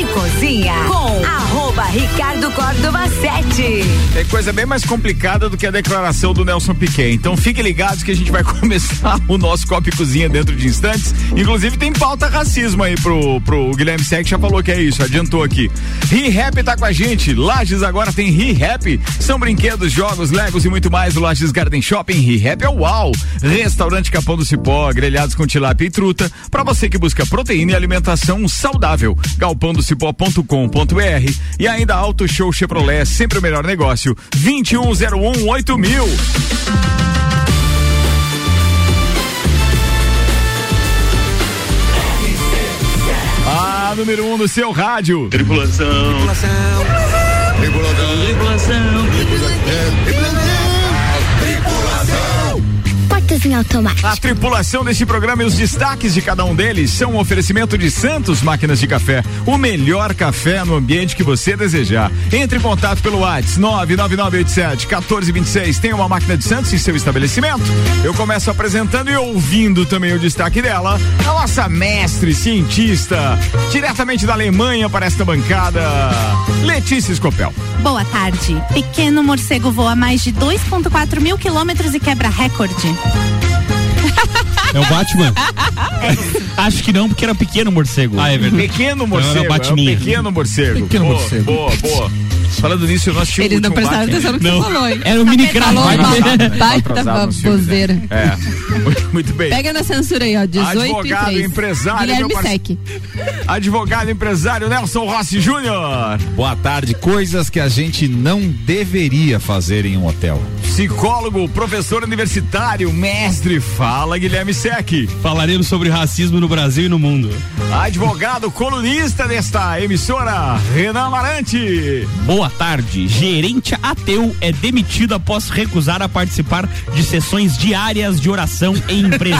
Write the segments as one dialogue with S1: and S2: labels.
S1: e Cozinha com arroba Ricardo Córdova 7.
S2: É coisa bem mais complicada do que a declaração do Nelson Piquet. Então fiquem ligados que a gente vai começar o nosso Copa e Cozinha dentro de instantes. Inclusive tem pauta racismo aí pro, pro Guilherme Sec, já falou que é isso, adiantou aqui. ReHap tá com a gente. Lages agora tem ReHap. São brinquedos, jogos, legos e muito mais. O Lages Garden Shopping ReHap é uau. Restaurante Capão do Cipó, grelhados com tilápia e truta. Para você que busca proteína e alimentação saudável. galpandocipó.com.br e ainda Auto Show Chevrolet, sempre o melhor negócio. 2101 8000. A número 1 um no seu rádio.
S3: Tripulação.
S4: Portas em automático.
S2: A tripulação deste programa e os destaques de cada um deles são um oferecimento de Santos Máquinas de Café, o melhor café no ambiente que você desejar. Entre em contato pelo WhatsApp 99987 1426. Tem uma máquina de Santos em seu estabelecimento? Eu começo apresentando e ouvindo também o destaque dela, a nossa mestre cientista, diretamente da Alemanha para esta bancada, Letícia Escopel.
S5: Boa tarde. Pequeno morcego voa mais de 2,4 mil quilômetros e quebra recorde.
S6: É o Batman? Acho que não, porque era pequeno morcego.
S2: Ah, é verdade. É Pequeno morcego.
S6: Não, era Batminha.
S2: é um pequeno morcego.
S6: Pequeno
S2: boa,
S6: morcego.
S2: Boa, boa. Falando nisso, nós tínhamos.
S7: Eles não prestaram
S2: né?
S7: atenção no que
S6: Não.
S7: você falou, hein?
S6: Era um mini crack.
S7: Falou uma baita
S2: Atrasado nos filmes,
S7: baboseira.
S2: né? É. Muito, muito bem.
S7: Pega na censura aí, ó. 18
S2: Advogado,
S7: e 3.
S2: empresário, meu
S7: Guilherme
S2: parceiro.
S7: Sec.
S2: Advogado empresário Nelson Rossi Júnior.
S8: Boa tarde. Coisas que a gente não deveria fazer em um hotel.
S2: Psicólogo, professor universitário, mestre. Fala, Guilherme Sec.
S6: Falaremos sobre racismo no Brasil e no mundo.
S2: Advogado, colunista desta emissora, Renan Amarante.
S6: Boa tarde. Gerente ateu é demitido após recusar a participar de sessões diárias de oração em empresa.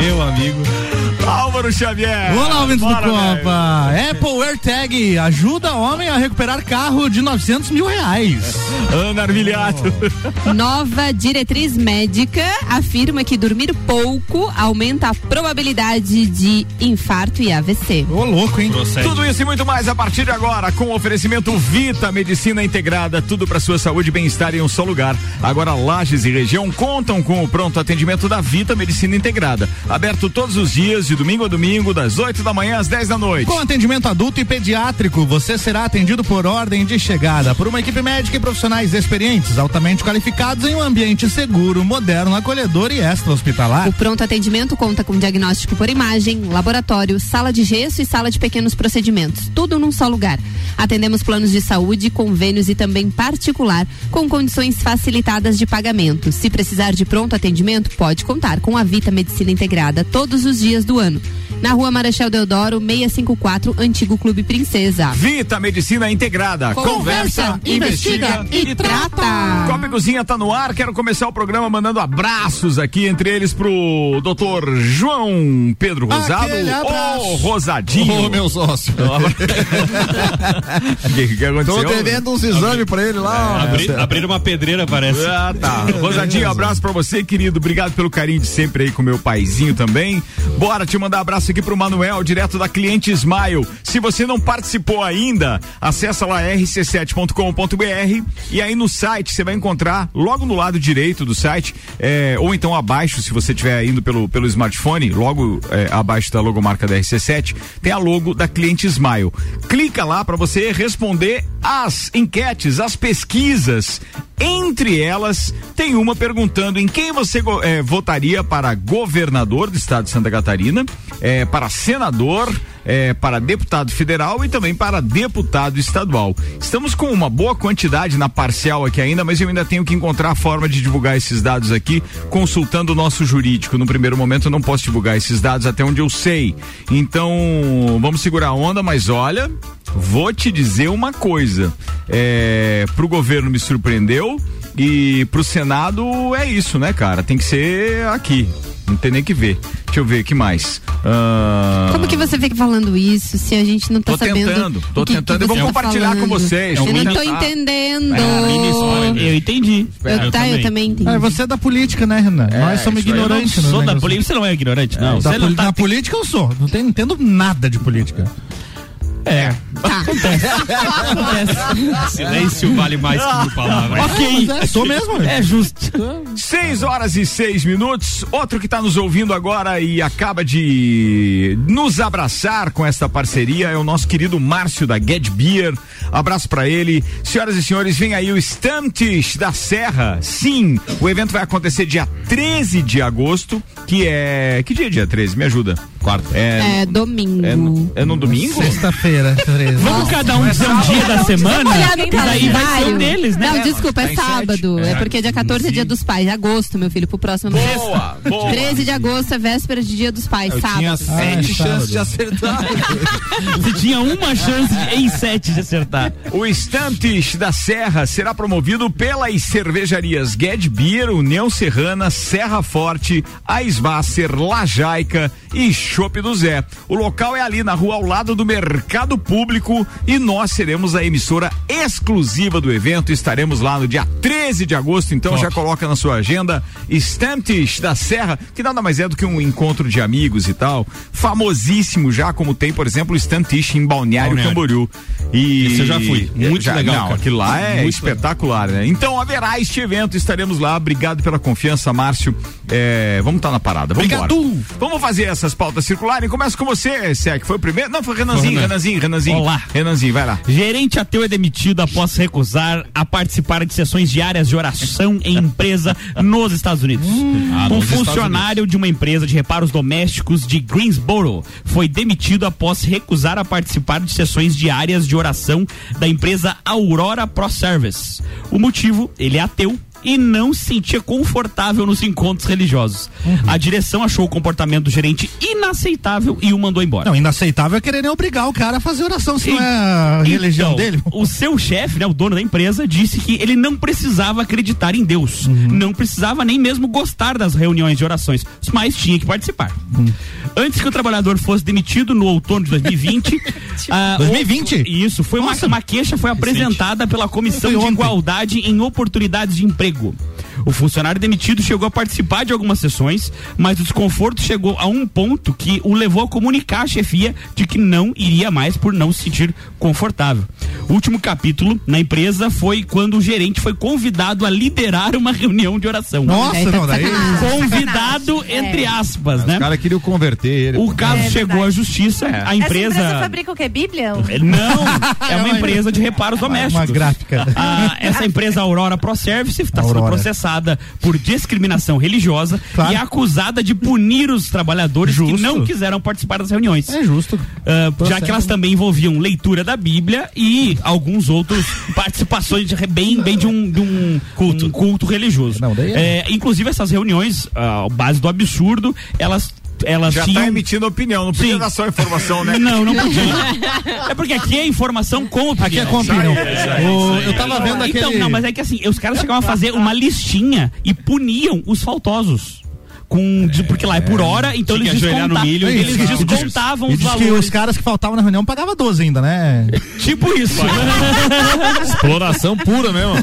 S6: Meu amigo.
S2: Álvaro Xavier.
S9: Olá, ouvintes do
S2: Bora, velho.
S9: Copa! Apple AirTag ajuda homem a recuperar carro de 900 mil reais.
S2: Ana Armiliato.
S7: Nova diretriz médica afirma que dormir pouco aumenta a probabilidade de infarto e AVC.
S9: Ô, louco, hein?
S2: Tudo isso e muito mais a partir de agora, com o oferecimento Vita Medicina Integrada, tudo para sua saúde e bem-estar em um só lugar. Agora, Lages e região contam com o pronto atendimento da Vita Medicina Integrada, aberto todos os dias, de domingo a domingo, das 8 da manhã às 10 da noite.
S9: Com atendimento adulto e pediátrico, você será atendido por ordem de chegada por uma equipe médica e profissionais experientes, altamente qualificados em um ambiente seguro, moderno, acolhedor e extra-hospitalar.
S7: O pronto atendimento conta com diagnóstico por imagem, laboratório, sala de gesso e sala de pequenos procedimentos, tudo num só lugar. Atendemos planos de saúde, convênios e também particular, com condições facilitadas de pagamento. Se precisar de pronto atendimento, pode contar com a Vita Medicina Integrada todos os dias do ano. Na rua Marechal Deodoro, 654, Antigo Clube Princesa.
S2: Vita Medicina Integrada.
S7: Conversa, investiga e trata.
S2: Copa e Cozinha tá no ar. Quero começar o programa mandando abraços aqui, entre eles pro doutor João Pedro Rosado.
S9: Aquele abraço.
S2: Ô, Rosadinho.
S8: Ô, meu sócio.
S2: O que, que aconteceu?
S8: Tô devendo uns exames pra ele lá. ó.
S6: Abrir, abriram uma pedreira, parece. É
S2: Ah, tá. Rosadinho, abraço pra você, querido. Obrigado pelo carinho de sempre aí com meu paizinho também. Bora te mandar abraço aqui pro Manuel, direto da Cliente Smile. Se você não participou ainda, acessa lá rc7.com.br e aí no site você vai encontrar, logo no lado direito do site, eh, ou então abaixo, se você estiver indo pelo, pelo smartphone, logo eh, abaixo da logomarca da RC7, tem a logo da Cliente Smile. Clica lá pra você responder as enquetes, as pesquisas entre elas, tem uma perguntando em quem você go- eh, votaria para governador do estado de Santa Catarina, eh, para senador, eh, para deputado federal e também para deputado estadual. Estamos com uma boa quantidade na parcial aqui ainda, mas eu ainda tenho que encontrar a forma de divulgar esses dados aqui, consultando o nosso jurídico. No primeiro momento eu não posso divulgar esses dados até onde eu sei. Então, vamos segurar a onda, mas olha, vou te dizer uma coisa. É, pro governo me surpreendeu. E pro Senado é isso, né, cara? Tem que ser aqui. Não tem nem que ver. Deixa eu ver o que mais. Ah,
S7: Como que você fica falando isso se a gente não tá
S2: Tô
S7: sabendo?
S2: tentando, tô
S7: o que que
S2: tentando e
S7: você
S2: vou
S7: tá
S2: compartilhar com
S7: falando?
S2: vocês.
S7: Eu não
S2: Muita-
S7: tô entendendo.
S6: Eu entendi.
S7: Eu, tá, eu também entendi.
S9: É, você é da política, né, Renan? Nós
S2: É,
S9: somos
S2: isso aí.
S9: ignorantes,
S6: Eu
S9: né?
S6: sou da
S9: negócio.
S6: política. Você não é ignorante, não.
S9: Da
S6: Você não
S9: poli-
S6: tá.
S9: Na política eu sou. Não, tem- não entendo nada de política.
S6: É.
S10: É.
S6: Silêncio vale mais que mil palavras. Ok.
S9: Mas é, sou mesmo.
S6: É justo.
S2: 6 horas e 6 minutos. Outro que está nos ouvindo agora e acaba de nos abraçar com esta parceria é o nosso querido Márcio da Get Beer. Abraço para ele. Senhoras e senhores, vem aí o Stuntish da Serra. Sim, o evento vai acontecer dia 13 de agosto, que é. Que dia é dia 13? Me ajuda. Quarto. É.
S7: É, domingo.
S2: É, no- é no domingo?
S9: Sexta-feira, Tereza.
S6: Vamos cada um dizer um dia da semana?
S7: Vamos olhar no
S6: E daí vai ser
S7: calendário.
S6: um deles, né?
S7: Não, desculpa,
S2: tá
S7: é
S2: em sete.
S7: sábado.
S2: É.
S7: É porque dia 14 é dia dos pais. Agosto, meu filho, pro próximo mês.
S2: Boa, boa.
S7: 13 de agosto é véspera de dia dos
S3: É
S7: pais, sábado.
S9: sete chances de
S8: acertar.
S6: Você tinha uma chance em sete de acertar.
S2: O Estantes da Serra será promovido pelas cervejarias Gued Beer, União Serrana, Serra Forte, Aisvasser, Lajaica e Chopp do Zé. O local é ali na rua ao lado do Mercado Público e nós seremos a emissora exclusiva do evento. Estaremos lá no dia 13 de agosto, então já coloca na sua agenda Estantes da Serra, que nada mais é do que um encontro de amigos e tal. Famosíssimo já, como tem, por exemplo, o Estantish em Balneário,
S6: Balneário.
S2: Camboriú. E É,
S6: Esse eu já fui. Muito
S2: já-
S6: legal,
S2: Não,
S6: cara.
S2: aquilo lá é
S6: Muito
S2: espetacular, né? Então haverá este evento, estaremos lá. Obrigado pela confiança, Márcio. É, vamos estar na parada. Vamos
S6: Obrigado.
S2: Vamos fazer essas pautas circularem. Começa com você, Sec. Foi o primeiro? Não, foi o Renanzinho,
S6: Foi o Renan.
S2: Renanzinho, Renanzinho.
S6: né? Olá.
S2: Renanzinho, vai lá.
S6: Gerente ateu é demitido após recusar a participar de sessões diárias de oração em empresa nos Estados Unidos.
S8: Ah,
S6: um
S8: nos Estados
S6: funcionário de uma empresa de reparos domésticos de Greensboro foi demitido após recusar a participar de sessões diárias de oração da empresa Aurora Pro Service. O motivo, ele é ateu e não se sentia confortável nos encontros religiosos.
S2: Uhum.
S6: A direção achou o comportamento do gerente inaceitável e o mandou embora.
S9: Não, inaceitável é querer nem obrigar o cara a fazer oração, se não é a
S6: Então,
S9: religião dele.
S6: O seu chefe, né, o dono da empresa, disse que ele não precisava acreditar em Deus.
S9: Uhum.
S6: Não precisava nem mesmo gostar das reuniões de orações, mas tinha que participar. Antes que o trabalhador fosse demitido no outono de 2020. ah,
S9: 2020?
S6: isso, foi uma, uma queixa foi apresentada pela Comissão
S9: Foi
S6: de
S9: ontem.
S6: Igualdade em Oportunidades de Emprego. O funcionário demitido chegou a participar de algumas sessões, mas o desconforto chegou a um ponto que o levou a comunicar à chefia de que não iria mais por não se sentir confortável. O último capítulo na empresa foi quando o gerente foi convidado a liderar uma reunião de oração.
S9: Nossa, não, daí.
S6: Convidado,
S3: É.
S6: entre aspas, né?
S8: O cara queria converter ele.
S9: É
S6: O caso chegou à justiça, a empresa.
S3: Essa empresa fabrica o quê? Bíblia?
S9: Uhum.
S6: Não, é uma empresa de reparos
S9: Uma
S6: domésticos.
S9: gráfica.
S6: Ah, essa empresa Aurora ProService está sendo
S9: Aurora.
S6: processada por discriminação religiosa
S9: Claro.
S6: e é acusada de punir os trabalhadores
S9: Justo.
S6: que não quiseram participar das reuniões.
S9: É justo.
S6: Ah, já
S9: Processo.
S6: que elas também envolviam leitura da Bíblia e alguns outros participações de, re- bem, bem de um, de um culto. culto religioso.
S9: Não, daí é-
S6: É, inclusive essas reuniões, ah, à base do absurdo, elas elas
S2: Já
S6: tinham
S2: tá emitindo opinião, não precisa
S6: Sim.
S2: dar só informação, né?
S6: não, não podia. é porque aqui é informação com opinião.
S9: Aqui é com opinião. O- Eu tava vendo aquele.
S6: Então, não, mas é que assim, os caras chegavam a fazer uma listinha e puniam os faltosos. Com, de- porque lá é por hora, então Tinha eles, que ajoelhar no desconta- milho e
S9: eles
S6: eles descontavam
S9: né? E
S6: os
S9: diz que
S6: valores.
S9: os caras que faltavam na reunião pagavam 12 ainda, né?
S6: Tipo isso.
S8: Exploração pura mesmo.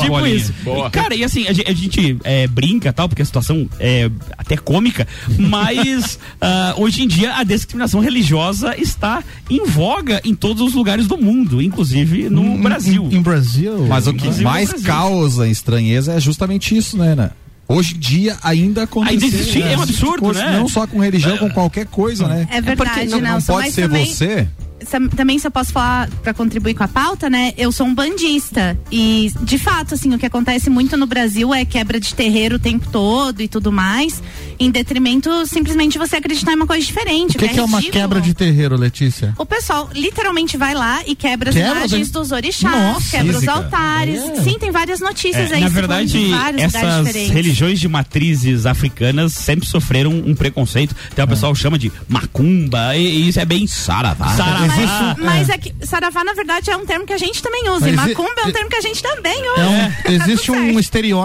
S6: tipo
S8: Bolinha.
S6: isso. E, cara, e assim, a gente, a gente, é, brinca tal, porque a situação é até cômica, mas ah, hoje em dia a discriminação religiosa está em voga em todos os lugares do mundo, inclusive no Brasil.
S9: Em, em Brasil.
S8: Mas o que
S6: Inclusive
S8: mais
S6: no Brasil.
S8: causa estranheza é justamente isso, né, né? Hoje em dia ainda acontece.
S6: Ainda existe,
S8: né?
S6: é um
S8: Esse tipo de
S6: absurdo,
S8: coisa,
S6: né?
S8: Não só com religião, com qualquer coisa, né?
S3: É verdade,
S8: Porque não, não
S3: Nelson,
S8: pode
S3: mas
S8: ser
S3: também-
S8: você.
S3: É, Sam- também se eu posso falar pra contribuir com a pauta, né? Eu sou um bandista e de fato assim, o que acontece muito no Brasil é quebra de terreiro o tempo todo e tudo mais, em detrimento simplesmente você acreditar em uma coisa diferente. né?
S9: O que, que é uma
S3: ridículo.
S9: quebra de terreiro, Letícia?
S3: O pessoal literalmente vai lá e quebra as
S9: Quebra os
S3: imagens
S9: an-
S3: dos orixás,
S9: Nossa,
S3: quebra
S8: física.
S3: os altares.
S9: É.
S3: Sim, tem várias notícias
S6: É,
S3: aí.
S6: na
S3: se falando
S6: verdade,
S3: de vários lugares
S6: essas
S3: diferentes.
S6: religiões de matrizes africanas sempre sofreram um preconceito. Então o pessoal chama de macumba, e, e isso é bem é saravá. Saravá,
S3: mas,
S9: isso-
S3: mas é que saravá, na verdade, é um termo que a gente também usa. e
S9: Mas e-
S3: macumba é um termo que a gente também usa.
S9: Então,
S6: É.
S3: Tá
S9: existe
S3: tudo
S9: um
S3: certo.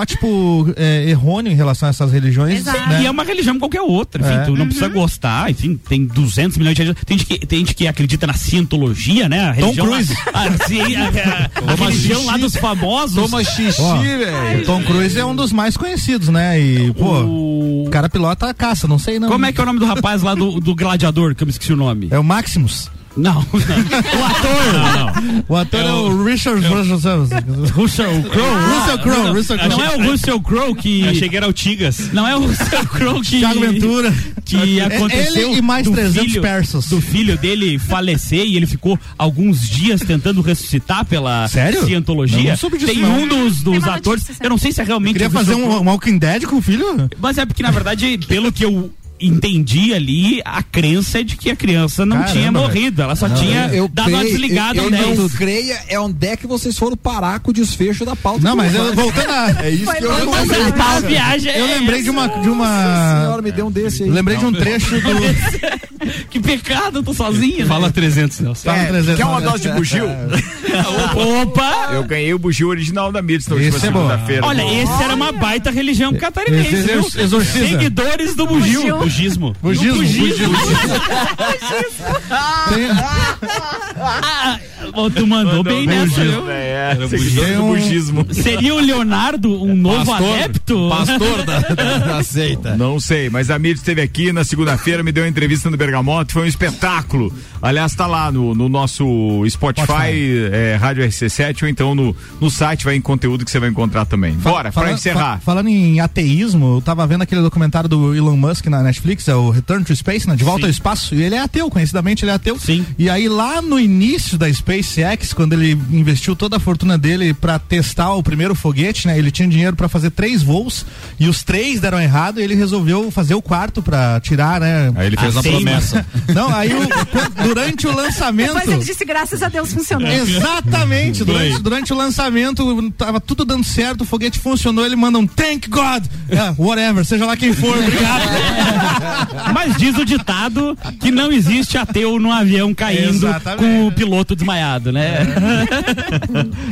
S9: estereótipo é, errôneo em relação a essas religiões.
S3: Exato.
S9: né?
S6: E é uma religião como qualquer outra, enfim,
S9: É.
S6: tu não precisa gostar, enfim, tem 200 milhões de religiões. Tem gente que, tem gente que acredita na cientologia, né? A religião lá- Ah,
S9: Cruise.
S6: a, ci- é, a- a- a religião lá dos famosos.
S8: Toma xixi,
S9: Ó,
S8: velho.
S9: O Tom Cruise é um dos mais conhecidos, né? E, pô,
S6: O-
S9: o cara pilota a caça, não sei não.
S6: Como é que é o nome do rapaz lá do, do gladiador, que eu me esqueci o nome?
S9: É o Maximus.
S6: Não, não. O ator. Não, não.
S9: O ator é, o Richard Russell.
S6: Russell Crowe.
S9: Russell Crowe, Russell Crowe.
S6: Não é o Russell Crowe que...
S11: Eu achei que era o Tigas.
S6: Não é o Russell Crowe que...
S9: Thiago Ventura.
S6: que
S9: É
S6: aconteceu
S9: Ele e mais
S6: do
S9: 300
S6: filho-
S9: persas.
S6: do filho dele falecer e ele ficou alguns dias tentando ressuscitar pela
S9: Sério?
S6: cientologia.
S9: Não soube disso,
S6: Tem
S9: não.
S6: um dos,
S3: Tem
S6: dos
S3: uma
S6: atores,
S3: notícia.
S6: eu não sei se é realmente
S9: Queria
S6: o
S9: fazer
S6: Russell
S9: um, um Walking Dead com o filho?
S6: mas é porque, na verdade, pelo que eu entendi ali, a crença é de que a criança não
S9: Caramba,
S6: tinha
S9: velho.
S6: morrido, ela só tinha dado uma desligada
S11: eu,
S6: no
S11: eu não
S6: 10.
S11: creia é onde é que vocês foram parar com o desfecho da pauta.
S9: Não, mas eu,
S11: eu,
S9: voltando a.
S8: É isso que eu não
S3: Foi
S6: Mas a viagem
S9: Eu
S6: é
S9: lembrei de uma. De
S11: a
S9: uma
S11: senhora me deu um desse aí.
S9: lembrei de um trecho do.
S6: essa. Que pecado, eu tô né? sozinha. Fala
S11: 300, Nelson.
S9: Tá no 300,
S2: quer uma
S9: né?
S2: dose de bugio?
S6: Opa!
S2: Eu ganhei o bugio original da Mirtz na
S9: Esse
S2: última
S9: é bom.
S2: segunda-feira.
S6: Olha, esse era uma baita religião catarinense,
S9: Esse
S6: viu?
S9: exor- exorciza.
S6: Seguidores do bugio.
S3: Bugio.
S6: Bugismo.
S9: Bugismo,
S6: Bugismo.
S9: Tem,
S6: Ô, tu mandou bem nessa, viu?
S2: É, é,
S9: Tem
S2: seguidores do
S9: um-
S2: bugismo.
S6: Seria o Leonardo um novo adepto?
S8: Pastor da, da seita.
S2: Não sei, mas a Mirtz esteve aqui na segunda-feira, me deu uma entrevista no Bergamoto, foi um espetáculo. Aliás, tá lá no, no nosso Spotify, é, Rádio RC7, ou então no, no site vai em conteúdo que você vai encontrar também. Bora, pra
S9: Fala-
S2: encerrar.
S9: fa- falando em ateísmo, eu tava vendo aquele documentário do Elon Musk na Netflix, é o Return to Space, né? De volta ao espaço. E ele é ateu, conhecidamente ele é ateu.
S6: Sim.
S9: E aí lá no início da SpaceX, quando ele investiu toda a fortuna dele pra testar o primeiro foguete, né? Ele tinha dinheiro pra fazer três voos e os três deram errado. E ele resolveu fazer o quarto pra tirar, né?
S2: Aí ele fez uma
S6: Aceita.
S2: promessa.
S9: Não, aí o- durante o lançamento.
S3: Depois ele disse, graças a Deus funcionou.
S9: Exatamente. Durante, durante o lançamento, tava tudo dando certo, o foguete funcionou, ele manda um thank God! É, whatever, seja lá quem for, obrigado.
S6: Mas diz o ditado que não existe ateu num avião caindo
S9: Exatamente.
S6: com o piloto desmaiado, né?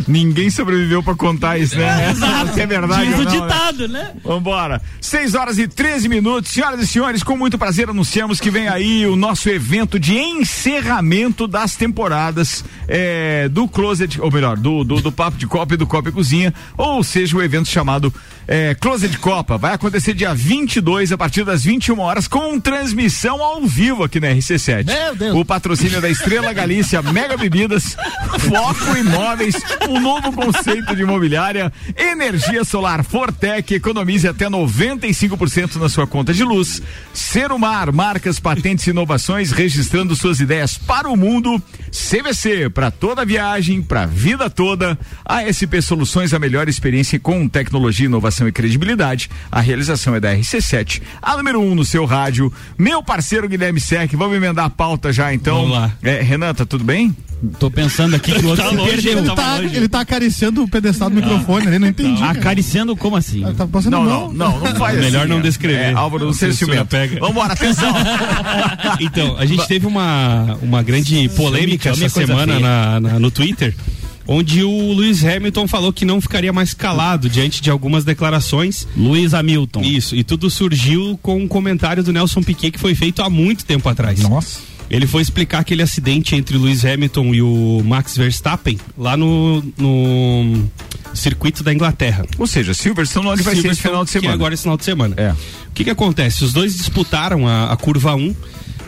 S2: Ninguém sobreviveu pra contar isso, né? Essa, se é verdade.
S6: Diz
S2: ou
S6: o
S2: não, né?
S6: ditado, né?
S2: Vambora. 6 horas e 13 minutos. Senhoras e senhores, com muito prazer anunciamos que vem aí o nosso evento de encerramento das temporadas eh, do Closet, ou melhor, do, do, do Papo de Copa e do Copa e Cozinha, ou seja, o evento chamado eh, Closet Copa. Vai acontecer dia 22, a partir das 21 horas, com transmissão ao vivo aqui na RC7.
S9: Meu Deus.
S2: O patrocínio é da Estrela Galícia, Mega Bebidas, Foco Imóveis, um novo conceito de imobiliária, energia solar Fortec, economize até 95% na sua conta de luz. Serumar, marcas, patentes e inovações registrando suas ideias para o mundo. CVC, para toda viagem, para a vida toda. ASP Soluções, a melhor experiência com tecnologia, inovação e credibilidade. A realização é da RC7, a número 1 um no seu rádio. Meu parceiro Guilherme Sec, vamos emendar a pauta já então.
S6: Vamos lá.
S2: É, Renan, tá tudo bem?
S6: Tô pensando aqui que o outro
S11: Tá
S6: se
S11: longe,
S6: perdeu.
S9: ele, tá, ele tá acariciando o pedestal do microfone ali, não entendi. cara.
S6: Acariciando como assim?
S9: Tá passando
S2: Não,
S9: mão.
S2: não, não, não faz
S11: Melhor
S2: assim,
S11: não
S2: é.
S11: descrever.
S2: É, Álvaro, não seja
S11: Censura
S2: ciumento.
S11: pega.
S2: Vambora, atenção.
S11: Então, a gente teve uma, uma grande polêmica
S6: Homem,
S11: essa
S6: coisa
S11: semana
S6: feia.
S11: na- na- no Twitter, onde o Lewis Hamilton falou que não ficaria mais calado diante de algumas declarações.
S6: Luiz Hamilton.
S11: Isso, e tudo surgiu com um comentário do Nelson Piquet que foi feito há muito tempo atrás.
S9: Nossa.
S11: Ele foi explicar aquele acidente entre o Lewis Hamilton e o Max Verstappen lá no, no circuito da Inglaterra.
S2: Ou seja, Silverstone onde vai ser esse
S11: Silverstone,
S2: final de
S11: Que é
S2: semana.
S11: agora esse final de semana.
S2: É.
S11: O que, que acontece? Os dois disputaram a, a curva 1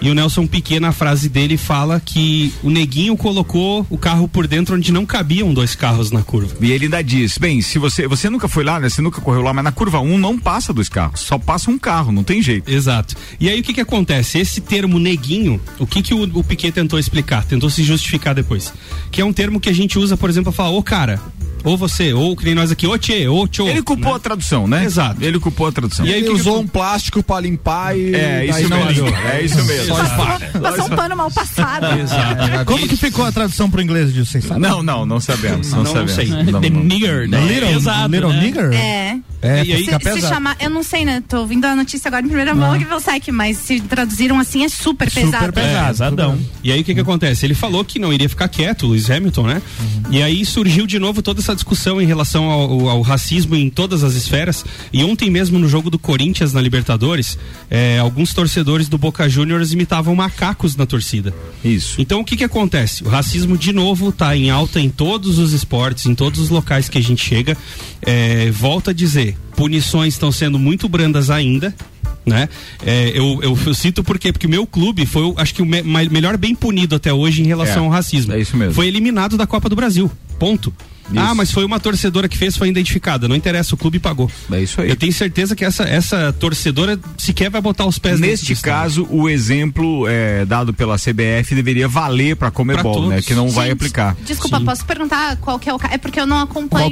S11: e o Nelson Piquet, na frase dele, fala que o neguinho colocou o carro por dentro onde não cabiam dois carros na curva.
S2: E ele ainda diz: bem, se você, você nunca foi lá, né? Você nunca correu lá, mas na curva 1 não passa dois carros, só passa um carro, não tem jeito.
S11: Exato. E aí o que que acontece? Esse termo neguinho, o que que o, o Piquet tentou explicar? Tentou se justificar depois. Que é um termo que a gente usa, por exemplo, pra falar, ô cara, ou você, ou que nem nós aqui, ô tchê, ô tchô.
S2: Ele culpou a tradução, né?
S11: Exato.
S2: Ele culpou a tradução.
S11: E aí,
S8: Ele
S11: o que que
S8: usou
S11: tu-
S8: um plástico pra limpar e.
S2: É,
S8: daí
S2: isso
S8: não
S2: mesmo.
S8: adiou.
S2: É isso mesmo.
S8: Só espalha.
S3: Passou um pano mal passado.
S9: Ah, é, Como que ficou a tradução pro inglês disso, vocês sabem? Ah,
S2: Não, não, não sabemos. Não,
S11: Não, não
S2: sabemos.
S11: sei.
S2: Não,
S6: The
S2: não.
S6: nigger, né?
S9: Little,
S6: Pesado,
S9: little
S6: né?
S9: nigger?
S3: É.
S9: É,
S11: E aí-
S9: fica
S3: se, se
S9: pesado.
S3: chamar, eu não sei, né? Tô ouvindo a notícia agora em primeira mão
S9: Ah.
S3: aqui pelo SEC, mas se traduziram assim é super,
S9: Super
S3: pesado.
S9: pesado.
S6: É, pesadão.
S11: E aí o que que acontece? Ele falou que não iria ficar quieto, Lewis Hamilton, né? E aí surgiu de novo toda essa discussão em relação ao, ao racismo em todas as esferas. E ontem mesmo no jogo do Corinthians na Libertadores, eh, alguns torcedores do Boca Juniors imitavam macacos na torcida.
S2: Isso.
S11: Então o que que acontece? O racismo de novo tá em alta em todos os esportes, em todos os locais que a gente chega. É, volta a dizer, punições estão sendo muito brandas ainda. Né? É, eu, eu, eu cito por quê? Porque o meu clube foi, o- acho que, o me- ma- melhor bem punido até hoje em relação
S2: É,
S11: ao racismo.
S2: é isso mesmo.
S11: Foi eliminado da Copa do Brasil. Ponto.
S2: Isso.
S11: Ah, mas foi uma torcedora que fez, foi identificada. Não interessa, o clube pagou.
S2: É isso aí.
S11: Eu tenho certeza que essa, essa torcedora sequer vai botar os pés tipo dentro do
S2: Neste
S11: estádio.
S2: caso, o exemplo eh, dado pela CBF deveria valer pra Comebol,
S11: todos.
S2: né? Que não vai
S3: Gente,
S2: aplicar.
S3: Desculpa,
S11: Sim.
S3: posso perguntar qual que é o ca- É porque eu não acompanho.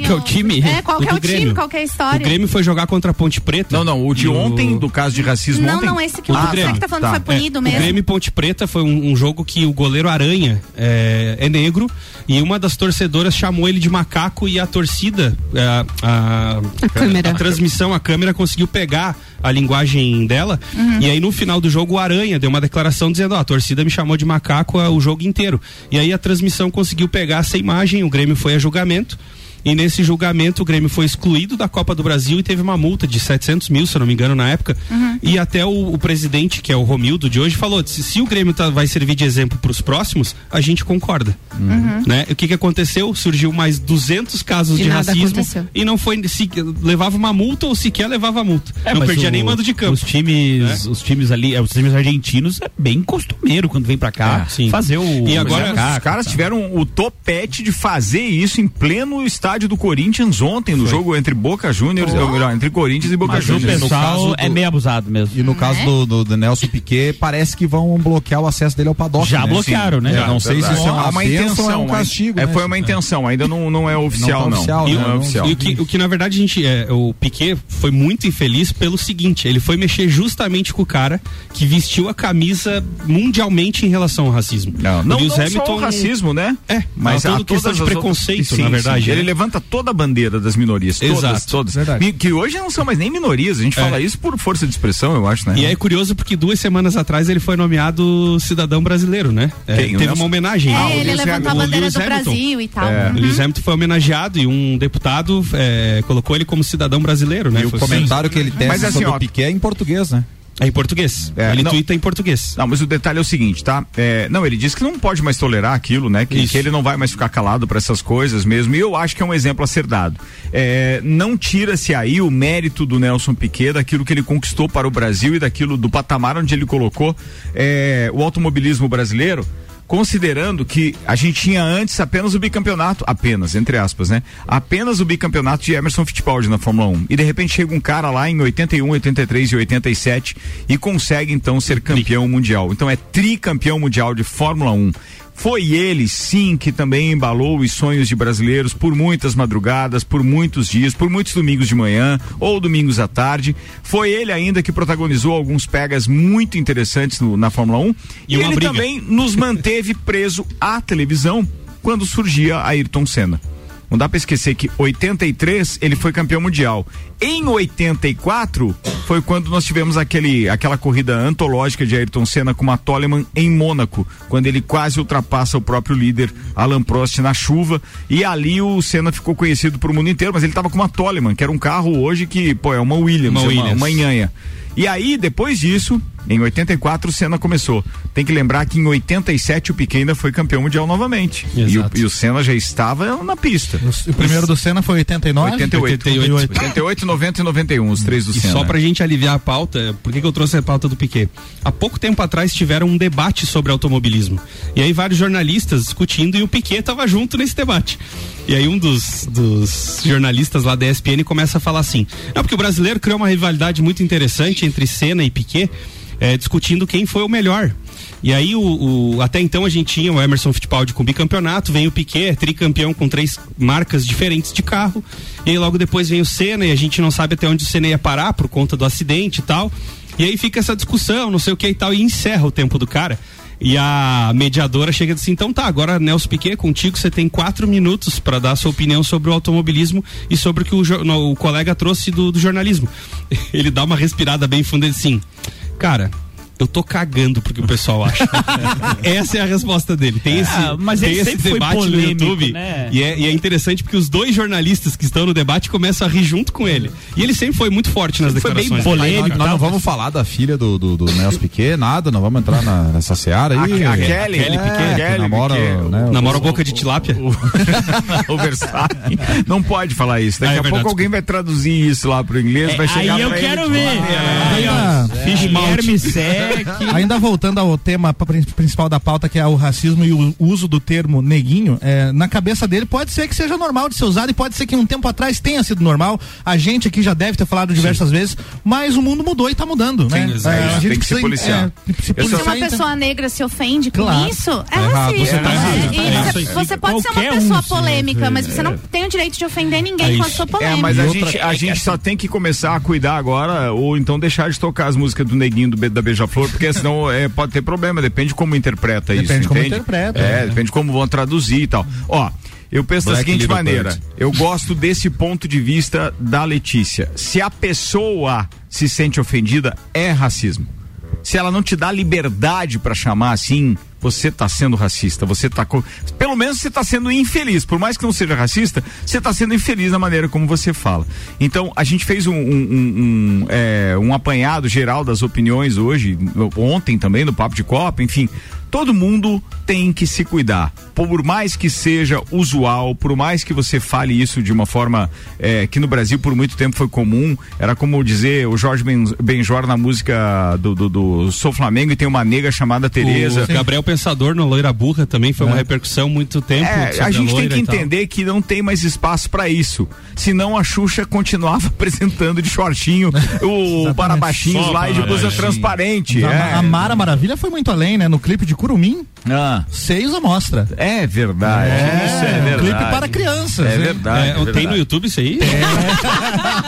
S6: Qual que é o time?
S3: É, qual
S11: O
S3: que é
S11: do
S3: o time,
S11: Grêmio.
S3: qual que é a
S11: O
S3: história.
S11: Grêmio foi jogar contra a Ponte Preta.
S2: Não, não, o de
S11: E
S2: ontem, do caso de racismo
S3: Não,
S2: ontem.
S3: não, esse que
S2: Ah,
S3: você que tá falando
S2: tá.
S3: foi punido
S11: É,
S3: mesmo.
S11: O Grêmio e Ponte Preta foi um, um jogo que o goleiro Aranha é, é negro e uma das torcedoras chamou ele de macaco e a torcida, é, a, a-
S7: A câmera.
S11: a transmissão, a câmera conseguiu pegar a linguagem dela
S3: Uhum.
S11: e aí no final do jogo o Aranha deu uma declaração dizendo, ó, a torcida me chamou de macaco ah, o jogo inteiro. E aí a transmissão conseguiu pegar essa imagem, o Grêmio foi a julgamento. E nesse julgamento o Grêmio foi excluído da Copa do Brasil e teve uma multa de 700 mil, se eu não me engano, na época.
S7: Uhum.
S11: E até o, o presidente, que é o Romildo de hoje, falou: se, se o Grêmio tá- vai servir de exemplo para os próximos, a gente concorda.
S7: Uhum.
S3: Uhum.
S11: Né? O que, que aconteceu? Surgiu mais 200 casos
S7: E
S11: de
S7: nada
S11: racismo
S7: aconteceu.
S11: e não foi se, levava uma multa ou sequer levava multa. não
S6: É, mas
S11: perdia
S6: o-
S11: nem mando de campo.
S6: Os times, os times ali, é, os times argentinos é bem costumeiro quando vem pra cá
S11: É, sim.
S6: fazer o
S11: E agora-
S2: Os
S6: macaco,
S2: caras
S6: tá.
S2: tiveram o topete de fazer isso em pleno estádio do Corinthians ontem, no jogo entre Boca Juniors, ou melhor, entre Corinthians e Boca
S6: Mas o
S2: Juniors.
S8: no
S6: pessoal
S8: caso do-
S6: é meio abusado mesmo.
S8: E no caso do, do- do Nelson Piquet, parece que vão bloquear o acesso dele ao paddock.
S6: Já
S8: né?
S6: bloquearam, né?
S8: É, não
S6: Já,
S8: sei se isso é uma, intenção ou é um
S2: é.
S8: castigo.
S2: É,
S8: né,
S2: foi uma
S8: Chico?
S2: intenção, ainda não, não é oficial, não.
S8: oficial,
S2: Não
S8: né?
S2: é
S8: Não-
S2: oficial.
S11: E o que, o que, na verdade a gente, é, o Piquet foi muito infeliz pelo seguinte, ele foi mexer justamente com o cara que vestiu a camisa mundialmente em relação ao racismo.
S2: Não, não,
S11: o Lewis
S2: não só o racismo, né?
S11: É, mas
S2: a
S11: toda questão de
S2: as outras-
S11: preconceito,
S2: Sim,
S11: na
S2: sim.
S11: verdade,
S2: Ele
S11: né?
S2: levanta toda a bandeira das minorias, todas,
S11: Exato. É.
S2: todas.
S8: Verdade.
S2: E Que hoje não são mais nem minorias, a gente fala isso por força de expressão, eu acho, né?
S11: E é curioso porque duas semanas atrás ele foi nomeado cidadão brasileiro, né? É,
S2: Quem? O
S11: teve
S2: Nelson?
S11: uma homenagem.
S3: É,
S11: Ah, o
S3: ele
S11: Lewis
S3: levantou a
S11: Hamilton.
S3: bandeira
S11: O Lewis
S3: do
S11: Hamilton. É,
S3: Brasil e tal.
S9: É.
S3: Uhum.
S11: O Lewis Hamilton foi homenageado e um deputado é, colocou ele como cidadão brasileiro, né?
S8: E o
S11: Foi-
S8: comentário que ele tem
S2: Mas assim,
S8: sobre
S2: ó,
S8: o Piquet é em português, né?
S11: É em português.
S2: É,
S11: ele
S2: não.
S11: tuita em português.
S2: Não, mas o detalhe é o seguinte, tá? É, não, ele disse que não pode mais tolerar aquilo, né? Que,
S11: Isso.
S2: que ele não vai mais ficar calado pra essas coisas mesmo. E eu acho que é um exemplo a ser dado. É, não tira-se aí o mérito do Nelson Piquet, daquilo que ele conquistou para o Brasil e daquilo do patamar onde ele colocou é, o automobilismo brasileiro. Considerando que a gente tinha antes apenas o bicampeonato, apenas, entre aspas, né? Apenas o bicampeonato de Emerson Fittipaldi na Fórmula 1. E de repente chega um cara lá em 81, 83 e 87 e consegue então ser campeão mundial. Então é tricampeão mundial de Fórmula 1. Foi ele, sim, que também embalou os sonhos de brasileiros por muitas madrugadas, por muitos dias, por muitos domingos de manhã ou domingos à tarde. Foi ele ainda que protagonizou alguns pegas muito interessantes no- na Fórmula 1.
S11: E
S2: E,
S11: uma
S2: ele
S11: briga.
S2: também nos manteve preso à televisão quando surgia Ayrton Senna. Não dá pra esquecer que 83 ele foi campeão mundial. Em 84 foi quando nós tivemos aquele, aquela corrida antológica de Ayrton Senna com uma Toleman em Mônaco, quando ele quase ultrapassa o próprio líder Alan Prost na chuva. E ali o Senna ficou conhecido pro mundo inteiro, mas ele tava com uma Toleman, que era um carro hoje que, pô, é uma Williams,
S11: Uma
S2: é
S11: Williams.
S2: uma nhanha. E aí, depois disso, em 84, o Senna começou. Tem que lembrar que em 87 o Piquet ainda foi campeão mundial novamente. E o,
S11: Exato.
S2: e o Senna já estava na pista.
S9: O primeiro do Senna foi 89?
S2: 88. 88, 90 e 91, os três do
S11: E
S2: Senna. né?
S11: só pra gente aliviar a pauta, por que, que eu trouxe a pauta do Piquet? Há pouco tempo atrás tiveram um debate sobre automobilismo. E aí vários jornalistas discutindo e o Piquet tava junto nesse debate. E aí um dos, dos jornalistas lá da ESPN começa a falar assim: Não, porque o brasileiro criou uma rivalidade muito interessante entre Senna e Piquet, eh, discutindo quem foi o melhor. E aí, o, o- até então a gente tinha o Emerson Fittipaldi com bicampeonato, vem o Piquet, é tricampeão com três marcas diferentes de carro, e aí logo depois vem o Senna e a gente não sabe até onde o Senna ia parar por conta do acidente e tal. E aí fica essa discussão, não sei o que e tal, e encerra o tempo do cara. E a mediadora chega e diz assim: então tá, agora Nelson Piquet, contigo você tem quatro minutos para dar a sua opinião sobre o automobilismo e sobre o que o, jo- no- o colega trouxe do, do jornalismo. Ele dá uma respirada bem funda e diz assim: cara. Eu tô cagando porque o pessoal acha. Essa é a resposta dele. Tem esse,
S6: Ah, mas
S11: tem
S6: ele
S11: esse
S6: sempre foi
S11: debate
S6: polêmico,
S11: no YouTube.
S6: né?
S11: E, é, e é interessante porque os dois jornalistas que estão no debate começam a rir junto com ele. E ele sempre foi muito forte nas
S6: Foi bem
S11: declarações.
S8: Nós,
S6: polêmico.
S8: nós
S2: tá?
S8: não vamos falar da filha do, do, do Nelson Piquet, nada, não vamos entrar na- nessa seara
S2: A,
S8: aí.
S2: a Kelly,
S8: É,
S2: Piquet,
S8: que
S2: Kelly
S8: namora,
S2: Piquet,
S8: né,
S11: Namora a boca de tilápia?
S2: o Verstappen. Não pode falar isso. Daqui
S11: Ah, é
S2: a
S11: verdade, É,
S2: pouco alguém vai traduzir isso lá pro inglês, vai
S6: É, aí
S2: chegar
S6: eu
S2: pra
S6: quero
S2: ele.
S6: ver. Aí, ó,
S9: Ainda,
S6: Guilherme Sec.
S9: ainda voltando ao tema pa- prin- principal da pauta, que é o racismo e o uso do termo neguinho, é, na cabeça dele pode ser que seja normal de ser usado e pode ser que um tempo atrás tenha sido normal. A gente aqui já deve ter falado diversas vezes, mas o mundo mudou e tá mudando, né?
S11: Sim, exato.
S9: a
S11: Tem
S9: gente
S2: que se
S9: precisa,
S2: policiar.
S9: é, se
S2: Eu só-
S3: Se uma
S9: policiar, então.
S3: pessoa negra se ofende com
S9: Claro.
S3: isso, é
S8: Tá
S2: Ah,
S8: errado,
S3: racista.
S8: você tá
S3: né?
S8: errado.
S3: E
S6: É
S3: você,
S6: isso aí.
S3: você pode ser uma
S6: Qualquer um,
S3: pessoa
S6: sim,
S3: polêmica, mas você não tem o direito de ofender ninguém com a
S11: isso.
S3: sua
S2: É,
S3: polêmica.
S2: mas a
S8: E outra-
S2: gente, a gente só tem que começar a cuidar agora, ou então deixar de tocar as músicas do Neguinho do, Be- da Beija-Flor, porque senão é, pode ter problema, depende como interpreta isso.
S9: Depende como
S2: entende?
S9: interpreta,
S2: É,
S9: né?
S2: depende de como vão traduzir e tal. Ó, eu penso da
S8: Black
S2: seguinte
S8: Little
S2: maneira:
S8: Bird.
S2: eu gosto desse ponto de vista da Letícia. Se a pessoa se sente ofendida, é racismo. Se ela não te dá liberdade pra chamar assim, você tá sendo racista, você tá co- pelo menos você tá sendo infeliz, por mais que não seja racista, você tá sendo infeliz na maneira como você fala. Então a gente fez um, um, um- um, é, um apanhado geral das opiniões hoje, ontem também no papo de copa, enfim, todo mundo tem que se cuidar. Por mais que seja usual, por mais que você fale isso de uma forma eh, que no Brasil por muito tempo foi comum, era como dizer o Jorge Ben- Benjor na música do, do, do Sou Flamengo e tem uma nega chamada Tereza.
S11: O Gabriel Pensador no Loira Burra também foi uma repercussão muito tempo.
S2: É,
S11: sobre
S2: a gente tem
S11: loira
S2: que
S11: e tal.
S2: entender que não tem mais espaço pra isso. Senão a Xuxa continuava apresentando de shortinho o Parabaixinhos
S6: Só
S2: lá e de blusa
S6: Parabaixinho.
S2: transparente.
S9: A, a
S2: É.
S9: Mara Maravilha foi muito além, né? No clipe de Curumim,
S2: Ah,
S9: seis à mostra.
S2: é verdade. Isso é
S9: um
S2: verdade.
S9: clipe para crianças.
S2: É
S9: né?
S2: verdade.
S11: É,
S2: é
S11: tem no
S2: verdade.
S11: YouTube isso aí?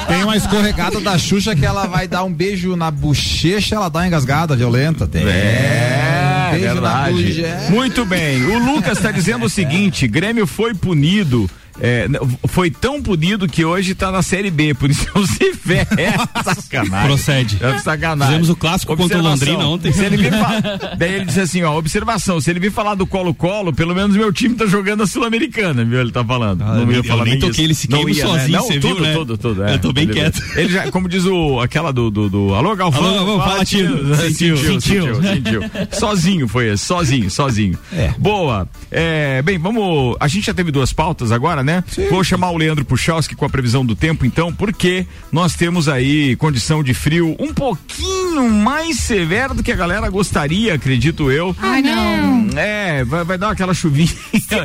S8: Tem uma escorregada da Xuxa que ela vai dar um beijo na bochecha, ela dá uma engasgada violenta. Tem.
S2: É,
S8: Um beijo
S2: verdade.
S8: na É. bochecha.
S2: Muito bem. O Lucas está dizendo o seguinte: Grêmio foi punido. é, n- foi tão punido que hoje tá na Série B, por isso não se vê. É sacanagem.
S11: Procede.
S2: É sacanagem.
S11: Fizemos o clássico contra o
S2: Observação.
S11: Londrina ontem.
S2: Se ele me fa- Daí ele disse assim: ó, observação, se ele vir falar do Colo-Colo, pelo menos meu time tá jogando a Sul-Americana, viu? Ele tá falando. não ia
S11: Ah, eu
S2: falar
S11: nem
S2: isso.
S11: toquei, ele se
S2: Não
S11: queima
S2: ia, né?
S11: sozinho,
S2: Não,
S11: você viu,
S2: tudo,
S11: né?
S2: tudo, tudo, é.
S11: Eu tô bem
S2: Ele-
S11: quieto.
S2: Ele já, como diz o, aquela do, do, do- Alô, Galvão.
S11: Alô, Galvão, fala, Tino.
S2: Sentiu, sentiu,
S11: Sentiu,
S2: sentiu, Sozinho foi esse, sozinho, sozinho. Boa. É, bem, vamos. A gente já teve duas pautas agora, né? Vou chamar o Leandro Puchalski com a previsão do tempo, então, porque nós temos aí condição de frio um pouquinho mais severa do que a galera gostaria, acredito eu.
S7: Ai, não.
S2: É, vai, vai dar aquela chuvinha.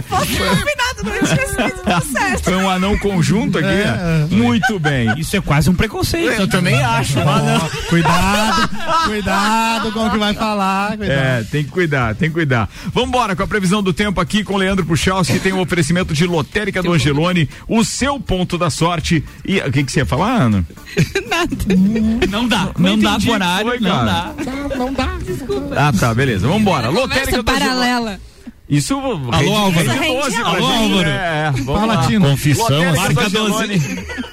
S3: Combinado, não tinha sido tudo certo.
S2: Foi um anão conjunto aqui. né? Muito bem.
S6: Isso é quase um preconceito.
S2: Eu também acho.
S9: Ó, Cuidado, cuidado com o que vai falar. Cuidado.
S2: É, tem que cuidar, tem que cuidar. Vambora com a previsão do tempo aqui com Leandro Puchalski, que tem o oferecimento de Lotérica do Angelone, o seu ponto da sorte. E o que, que você ia falar, Ana?
S6: Não dá. Não, dá
S2: entendi
S6: pro
S2: o
S6: horário.
S2: que foi,
S6: Não
S2: cara.
S6: dá.
S2: Ah, tá, beleza. Vambora. Lotérica
S7: Conversa
S2: do Angelone.
S7: paralela.
S2: Isso. rende-
S11: Álvaro.
S2: rende 12 pra
S6: Alô,
S2: gente,
S6: Álvaro.
S2: né? É, vamos
S9: Fala,
S2: lá.
S9: Tino.
S2: Confissão.
S6: Marca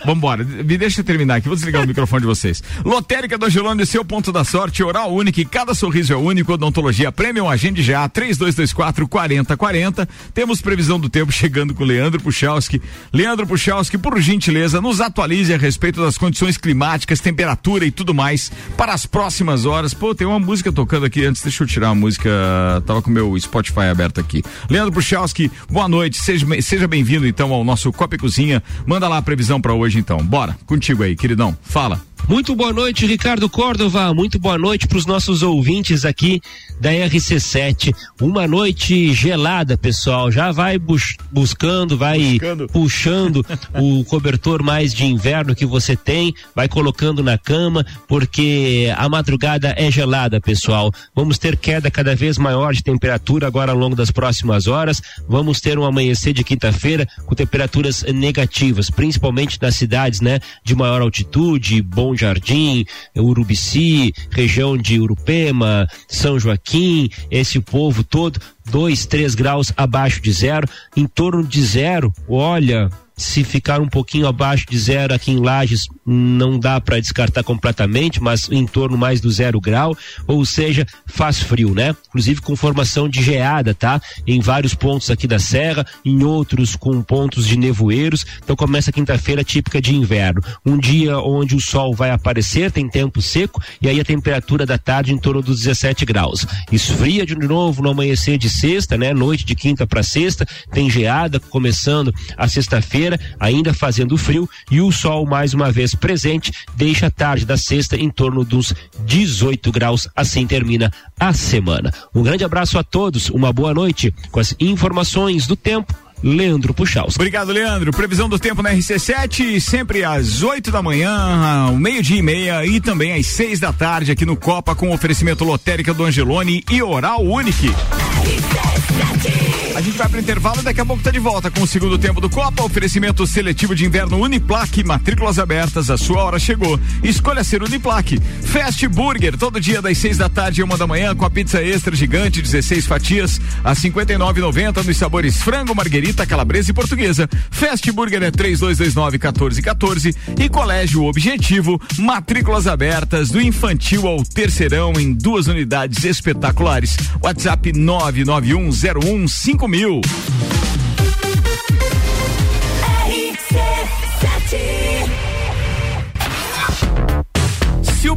S2: Vambora, me deixa eu terminar aqui, vou desligar o microfone de vocês. Lotérica do Angelone, seu ponto da sorte, oral único, e cada sorriso é único, odontologia premium, agende já, 3224 4040. Temos previsão do tempo chegando com Leandro Puchalski. Leandro Puchalski, por gentileza, nos atualize a respeito das condições climáticas, temperatura e tudo mais para as próximas horas. Pô, tem uma música tocando aqui antes, deixa eu tirar a música, tava com o meu Spotify aberto aqui. Leandro Puchalski, boa noite, seja, seja bem-vindo então ao nosso Copa e Cozinha. Manda lá a previsão pra hoje então. Bora, contigo aí, queridão. Fala.
S12: Muito boa noite, Ricardo Córdova. Muito boa noite para os nossos ouvintes aqui da RC7. Uma noite gelada, pessoal. Já vai bus- buscando, vai puxando o cobertor mais de inverno que você tem, vai colocando na cama, porque a madrugada é gelada, pessoal. Vamos ter queda cada vez maior de temperatura agora ao longo das próximas horas. Vamos ter um amanhecer de quinta-feira com temperaturas negativas, principalmente nas cidades, né, de maior altitude, bom Bom Jardim, Urubici, região de Urupema, São Joaquim, esse povo todo, 2, 3 graus abaixo de zero, em torno de zero, olha, se ficar um pouquinho abaixo de zero aqui em Lages, não dá para descartar completamente, mas em torno mais do zero grau, ou seja, faz frio, né? Inclusive com formação de geada, tá? Em vários pontos aqui da serra, em outros com pontos de nevoeiros. Então começa a quinta-feira típica de inverno, um dia onde o sol vai aparecer, tem tempo seco e aí a temperatura da tarde em torno dos 17 graus. Esfria de novo no amanhecer de sexta, né? Noite de quinta para sexta, tem geada começando a sexta-feira ainda fazendo frio e o sol mais uma vez presente, deixa a tarde da sexta em torno dos 18 graus. Assim termina a semana. Um grande abraço a todos, uma boa noite com as informações do tempo. Leandro Puxaus.
S2: Obrigado, Leandro. Previsão do tempo na RC7, sempre às 8 da manhã, ao meio-dia e meia e também às 6 da tarde aqui no Copa com oferecimento lotérica do Angelone e Oral Unique. A gente vai para intervalo e daqui a pouco tá de volta com o segundo tempo do Copa, oferecimento seletivo de inverno Uniplaque, matrículas abertas, a sua hora chegou. Escolha ser Uniplaque. Fast Burger, todo dia das seis da tarde e uma da manhã, com a pizza extra gigante, 16 fatias, a cinquenta e nos sabores frango, marguerita, calabresa e portuguesa. Fast Burger é três dois, dois nove, 14, 14, e Colégio Objetivo, matrículas abertas do infantil ao terceirão em duas unidades espetaculares. WhatsApp nove nove um zero um cinco cinco mil.
S13: Se o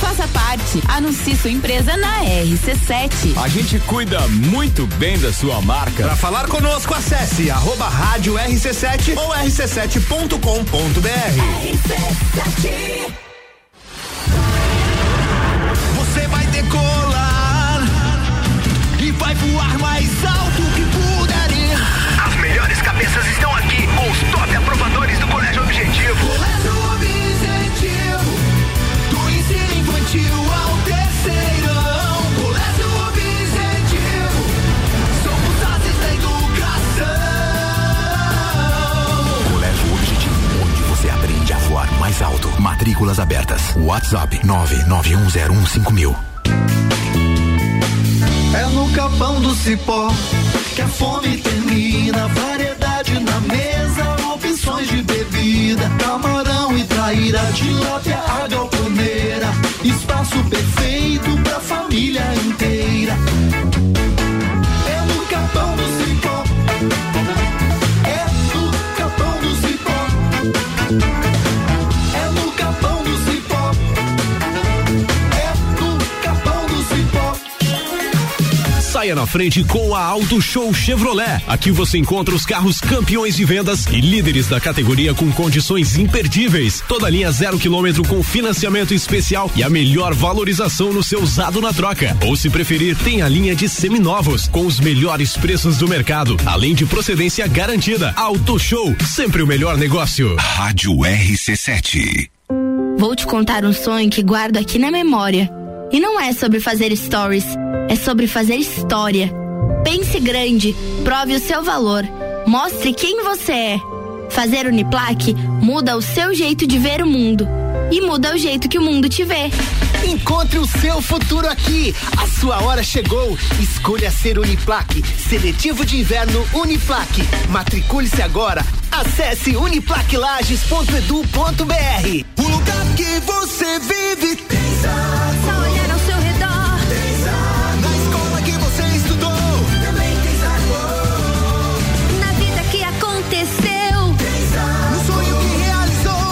S14: Faça parte. Anuncie sua empresa na RC7.
S13: A gente cuida muito bem da sua marca. Para falar conosco, acesse arroba rádio RC7 ou rc7.com.br. RC7. Você vai decolar e vai voar mais alto que puder. Ir.
S15: As melhores cabeças estão aqui com os top aprovadores do Colégio Objetivo.
S16: Colégio Objetivo, do ensino infantil ao terceirão. Colégio Objetivo, somos ases da educação.
S17: Colégio Objetivo, onde você aprende a voar mais alto. Matrículas abertas. WhatsApp 991015000.
S18: É no capão do cipó que a fome termina. Variedade na mesa, opções de bebida, camarão e traíra, tilápia, a galponeira. Espaço perfeito pra família inteira. É no capão do cipó. É no capão do cipó. É no capão do cipó. É no capão do cipó.
S13: Saia na frente com a Auto Show Chevrolet. Aqui você encontra os carros campeões de vendas e líderes da categoria com condições imperdíveis. Toda linha zero quilômetro com financiamento especial e a melhor valorização no seu usado na troca. Ou se preferir, tem a linha de seminovos com os melhores preços do mercado, além de procedência garantida. Auto Show, sempre o melhor negócio.
S17: Rádio RC7.
S19: Vou te contar um sonho que guardo aqui na memória. E não é sobre fazer stories, é sobre fazer história. Pense grande, prove o seu valor, mostre quem você é. Fazer Uniplaque muda o seu jeito de ver o mundo e muda o jeito que o mundo te vê.
S20: Encontre o seu futuro aqui. A sua hora chegou. Escolha ser Uniplaque. Seletivo de inverno Uniplaque. Matricule-se agora. Acesse uniplaquilages.edu.br.
S10: O lugar que você vive tem
S14: Só olhar ao seu redor.
S10: Na escola que você estudou também tem sabor.
S14: Na vida que aconteceu.
S10: No sonho que realizou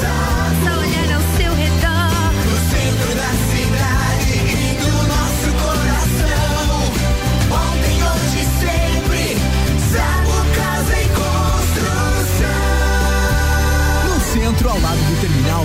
S14: Só olhar ao seu redor.
S10: no centro da cidade e do nosso coração. Ontem, hoje, sempre, Zago Casa em construção.
S13: No centro, ao lado do terminal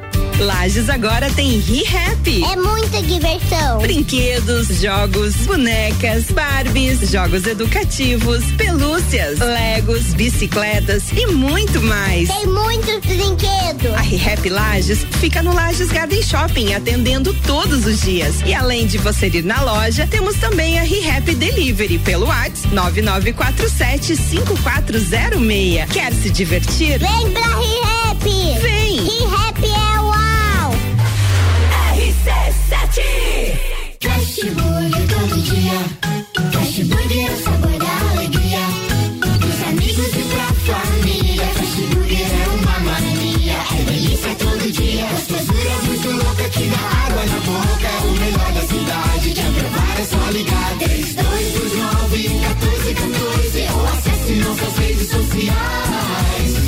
S1: Lages agora tem ReHap.
S21: É muita diversão.
S1: Brinquedos, jogos, bonecas, Barbies, jogos educativos, pelúcias, Legos, bicicletas e muito mais.
S21: Tem muitos brinquedos.
S1: A ReHap Lages fica no Lages Garden Shopping, atendendo todos os dias. E além de você ir na loja, temos também a ReHap Delivery pelo WhatsApp 99475406. Quer se divertir?
S21: Vem pra ReHap.
S1: Vem.
S21: ReHap é uau.
S1: RC7
S10: Cash Burger todo dia. Cash Burger é o sabor da alegria. Dos amigos e pra família. Cash Burger é uma mania. É delícia todo dia. Gostosura muito louca que dá água na boca. É o melhor da cidade. Quer provar é só ligar. um, 3229 1414 ou acesse nossas redes sociais.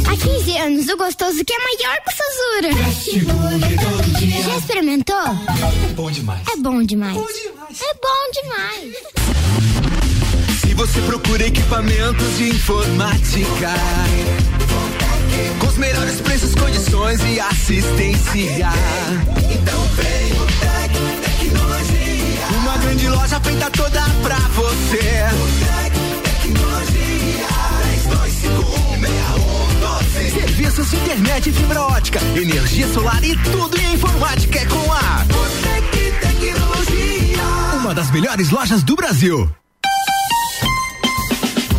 S21: Há 15 anos, o gostoso que é maior que o
S10: Cash Burger todo dia.
S21: Já experimentou?
S10: É bom demais.
S21: É bom demais.
S10: Bom demais.
S21: É bom demais.
S22: Se você procura equipamentos de informática, com os melhores preços, condições e assistência.
S10: Então vem o Tec Tecnologia.
S22: Uma grande loja feita toda pra você.
S10: Tec Tecnologia. 32516112.
S22: Serviços de internet, fibra ótica, energia solar e tudo em informática é com a
S10: Tec Tecnologia.
S22: uma das melhores lojas do Brasil.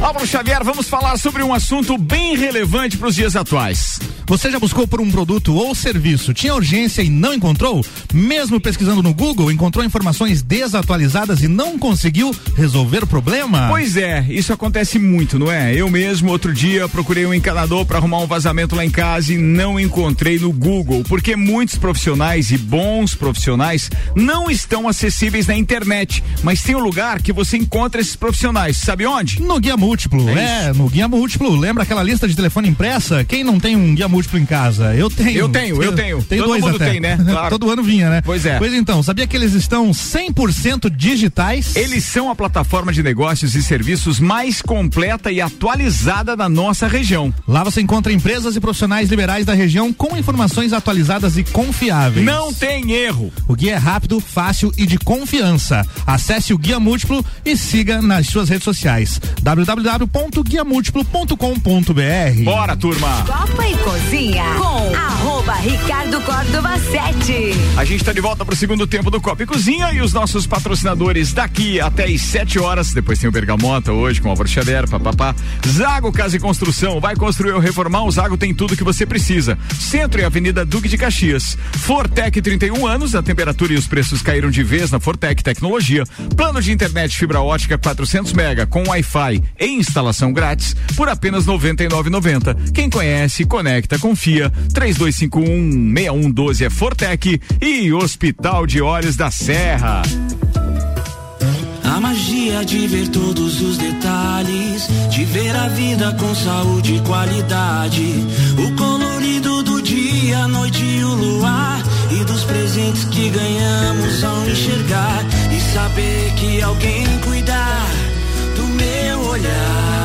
S2: Álvaro Xavier, vamos falar sobre um assunto bem relevante para os dias atuais.
S9: Você já buscou por um produto ou serviço, tinha urgência e não encontrou? Mesmo pesquisando no Google, encontrou informações desatualizadas e não conseguiu resolver o problema?
S2: Pois é, isso acontece muito, não é? Eu mesmo, outro dia, procurei um encanador para arrumar um vazamento lá em casa e não encontrei no Google, porque muitos profissionais e bons profissionais não estão acessíveis na internet, mas tem um lugar que você encontra esses profissionais. Sabe onde?
S9: No guia múltiplo, é, no guia múltiplo. Lembra aquela lista de telefone impressa? Quem não tem um guia múltiplo em casa? Eu tenho.
S2: Eu tenho, eu tenho.
S9: Tem
S2: Todo
S9: dois
S2: mundo
S9: até.
S2: tem, né? Claro.
S9: Todo ano vinha, né?
S2: Pois é.
S9: Pois então, sabia que eles estão 100% digitais?
S2: Eles são a plataforma de negócios e serviços mais completa e atualizada da nossa região.
S9: Lá você encontra empresas e profissionais liberais da região com informações atualizadas e confiáveis.
S2: Não tem erro.
S9: O guia é rápido, fácil e de confiança. Acesse o Guia Múltiplo e siga nas suas redes sociais. www.guiamúltiplo.com.br
S2: Bora, turma!
S14: Copa e Cozinha com arroba Ricardo Córdova 7.
S2: A gente está de volta para o segundo tempo do Copa e Cozinha e os nossos patrocinadores daqui até as 7 horas. Depois tem o Bergamota hoje com Álvaro Xavier, papapá. Zago Casa e Construção. Vai construir ou reformar? O Zago tem tudo que você precisa. Centro e Avenida Duque de Caxias. Fortec 31 anos. A temperatura e os preços caíram de vez na Fortec Tecnologia. Plano de internet fibra ótica 400 mega com Wi-Fi e instalação grátis por apenas 99,90. Quem conhece, conecta, confia. 3251-6112 é Fortec e Hospital de Olhos da Serra.
S16: A magia de ver todos os detalhes, de ver a vida com saúde e qualidade. O colorido do dia, a noite e o luar, e dos presentes que ganhamos ao enxergar. E saber que alguém cuida do meu olhar.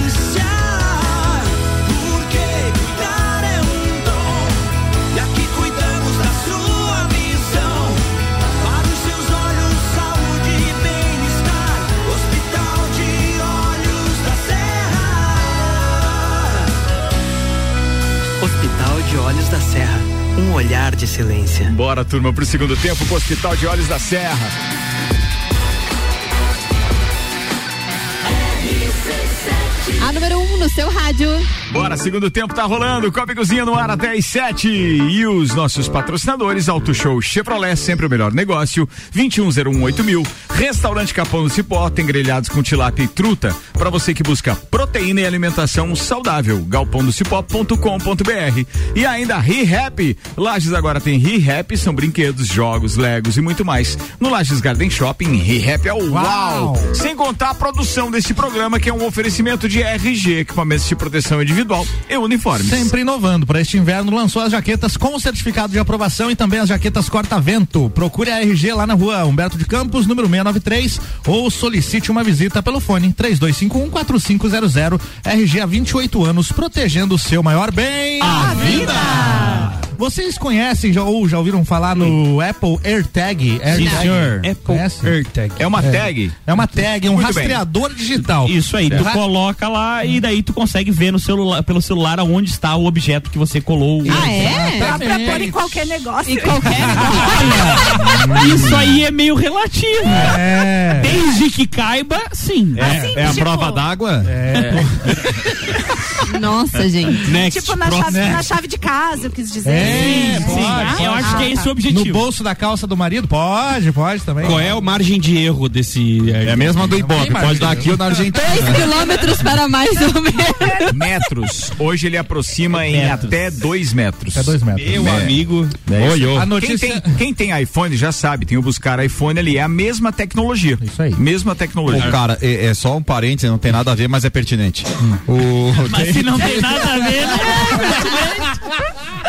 S16: Porque cuidar é um dom e aqui cuidamos da sua missão. Para os seus olhos, saúde e bem-estar. Hospital de Olhos da Serra.
S23: Hospital de Olhos da Serra. Um olhar de excelência.
S2: Bora, turma, pro segundo tempo com o Hospital de Olhos da Serra.
S7: A número 1 um no seu rádio.
S2: Bora, segundo tempo tá rolando. Copa e Cozinha no ar até às 7. E os nossos patrocinadores: Auto Show Chevrolet, sempre o melhor negócio. 21018000. mil. Restaurante Capão do Cipó, tem grelhados com tilápia e truta. Pra você que busca proteína e alimentação saudável. galpondocipó.com.br. E ainda ReHap. Lages agora tem ReHap, são brinquedos, jogos, legos e muito mais. No Lages Garden Shopping, ReHap é o uau!
S9: Uau!
S2: Sem contar a produção desse programa, que é um oferecimento de RG, equipamentos de proteção individual individual e uniformes.
S9: Sempre inovando. Para este inverno, lançou as jaquetas com certificado de aprovação e também as jaquetas corta-vento. Procure a RG lá na rua Humberto de Campos, número 693, ou solicite uma visita pelo fone 3251-4500. RG há 28 anos, protegendo o seu maior bem:
S2: Ah.
S3: A vida!
S9: Vocês conhecem já, ou já ouviram falar no Apple AirTag? AirTag?
S2: Sim, senhor. Apple
S9: Conhece?
S2: AirTag. É uma tag?
S9: É uma tag, é um
S6: Muito bem.
S9: rastreador digital.
S6: Isso aí, tu
S9: Ra-
S6: coloca lá e daí tu consegue ver no celular, pelo celular aonde está o objeto que você colou.
S3: Ah, é? Dá pra
S6: Exatamente.
S3: pôr em qualquer negócio. Em
S6: qualquer negócio. Isso aí é meio relativo. Desde que caiba, sim.
S2: É, é a
S3: tipo-
S2: prova d'água?
S9: É.
S7: Nossa, gente.
S3: tipo na chave, na chave de casa, eu quis
S9: É,
S3: dizer. Sim,
S9: pode,
S3: sim.
S9: pode.
S3: Ah, tá.
S11: é
S9: No bolso da calça do marido? Pode, pode também.
S11: Qual é a margem de erro desse. É
S2: a mesma do Ibope,
S9: pode dar aqui
S11: ou na Argentina.
S7: Quilômetros para mais ou menos.
S2: Metros. Hoje ele aproxima em até dois metros.
S9: Até dois metros.
S2: Meu
S11: amigo.
S2: Oi,
S9: A
S2: A
S9: notícia-
S2: quem, tem, quem tem iPhone já sabe, tem o buscar iPhone ali. É a mesma tecnologia. Isso aí. Mesma tecnologia.
S4: Ô, cara, é, é só um parênteses, não tem nada a ver, mas é pertinente. O- tem,
S6: não tem nada a ver, né?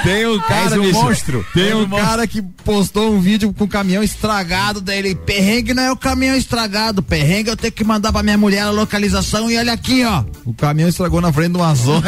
S4: tem um
S2: És
S4: cara,
S2: um
S4: bicho,
S2: monstro.
S4: Tem
S2: És
S4: um
S2: um monstro.
S4: cara que postou um vídeo com o caminhão estragado dele. Perrengue não é o caminhão estragado. Perrengue é eu tenho que mandar pra minha mulher a localização e olha aqui, ó. O caminhão estragou na frente de uma zona.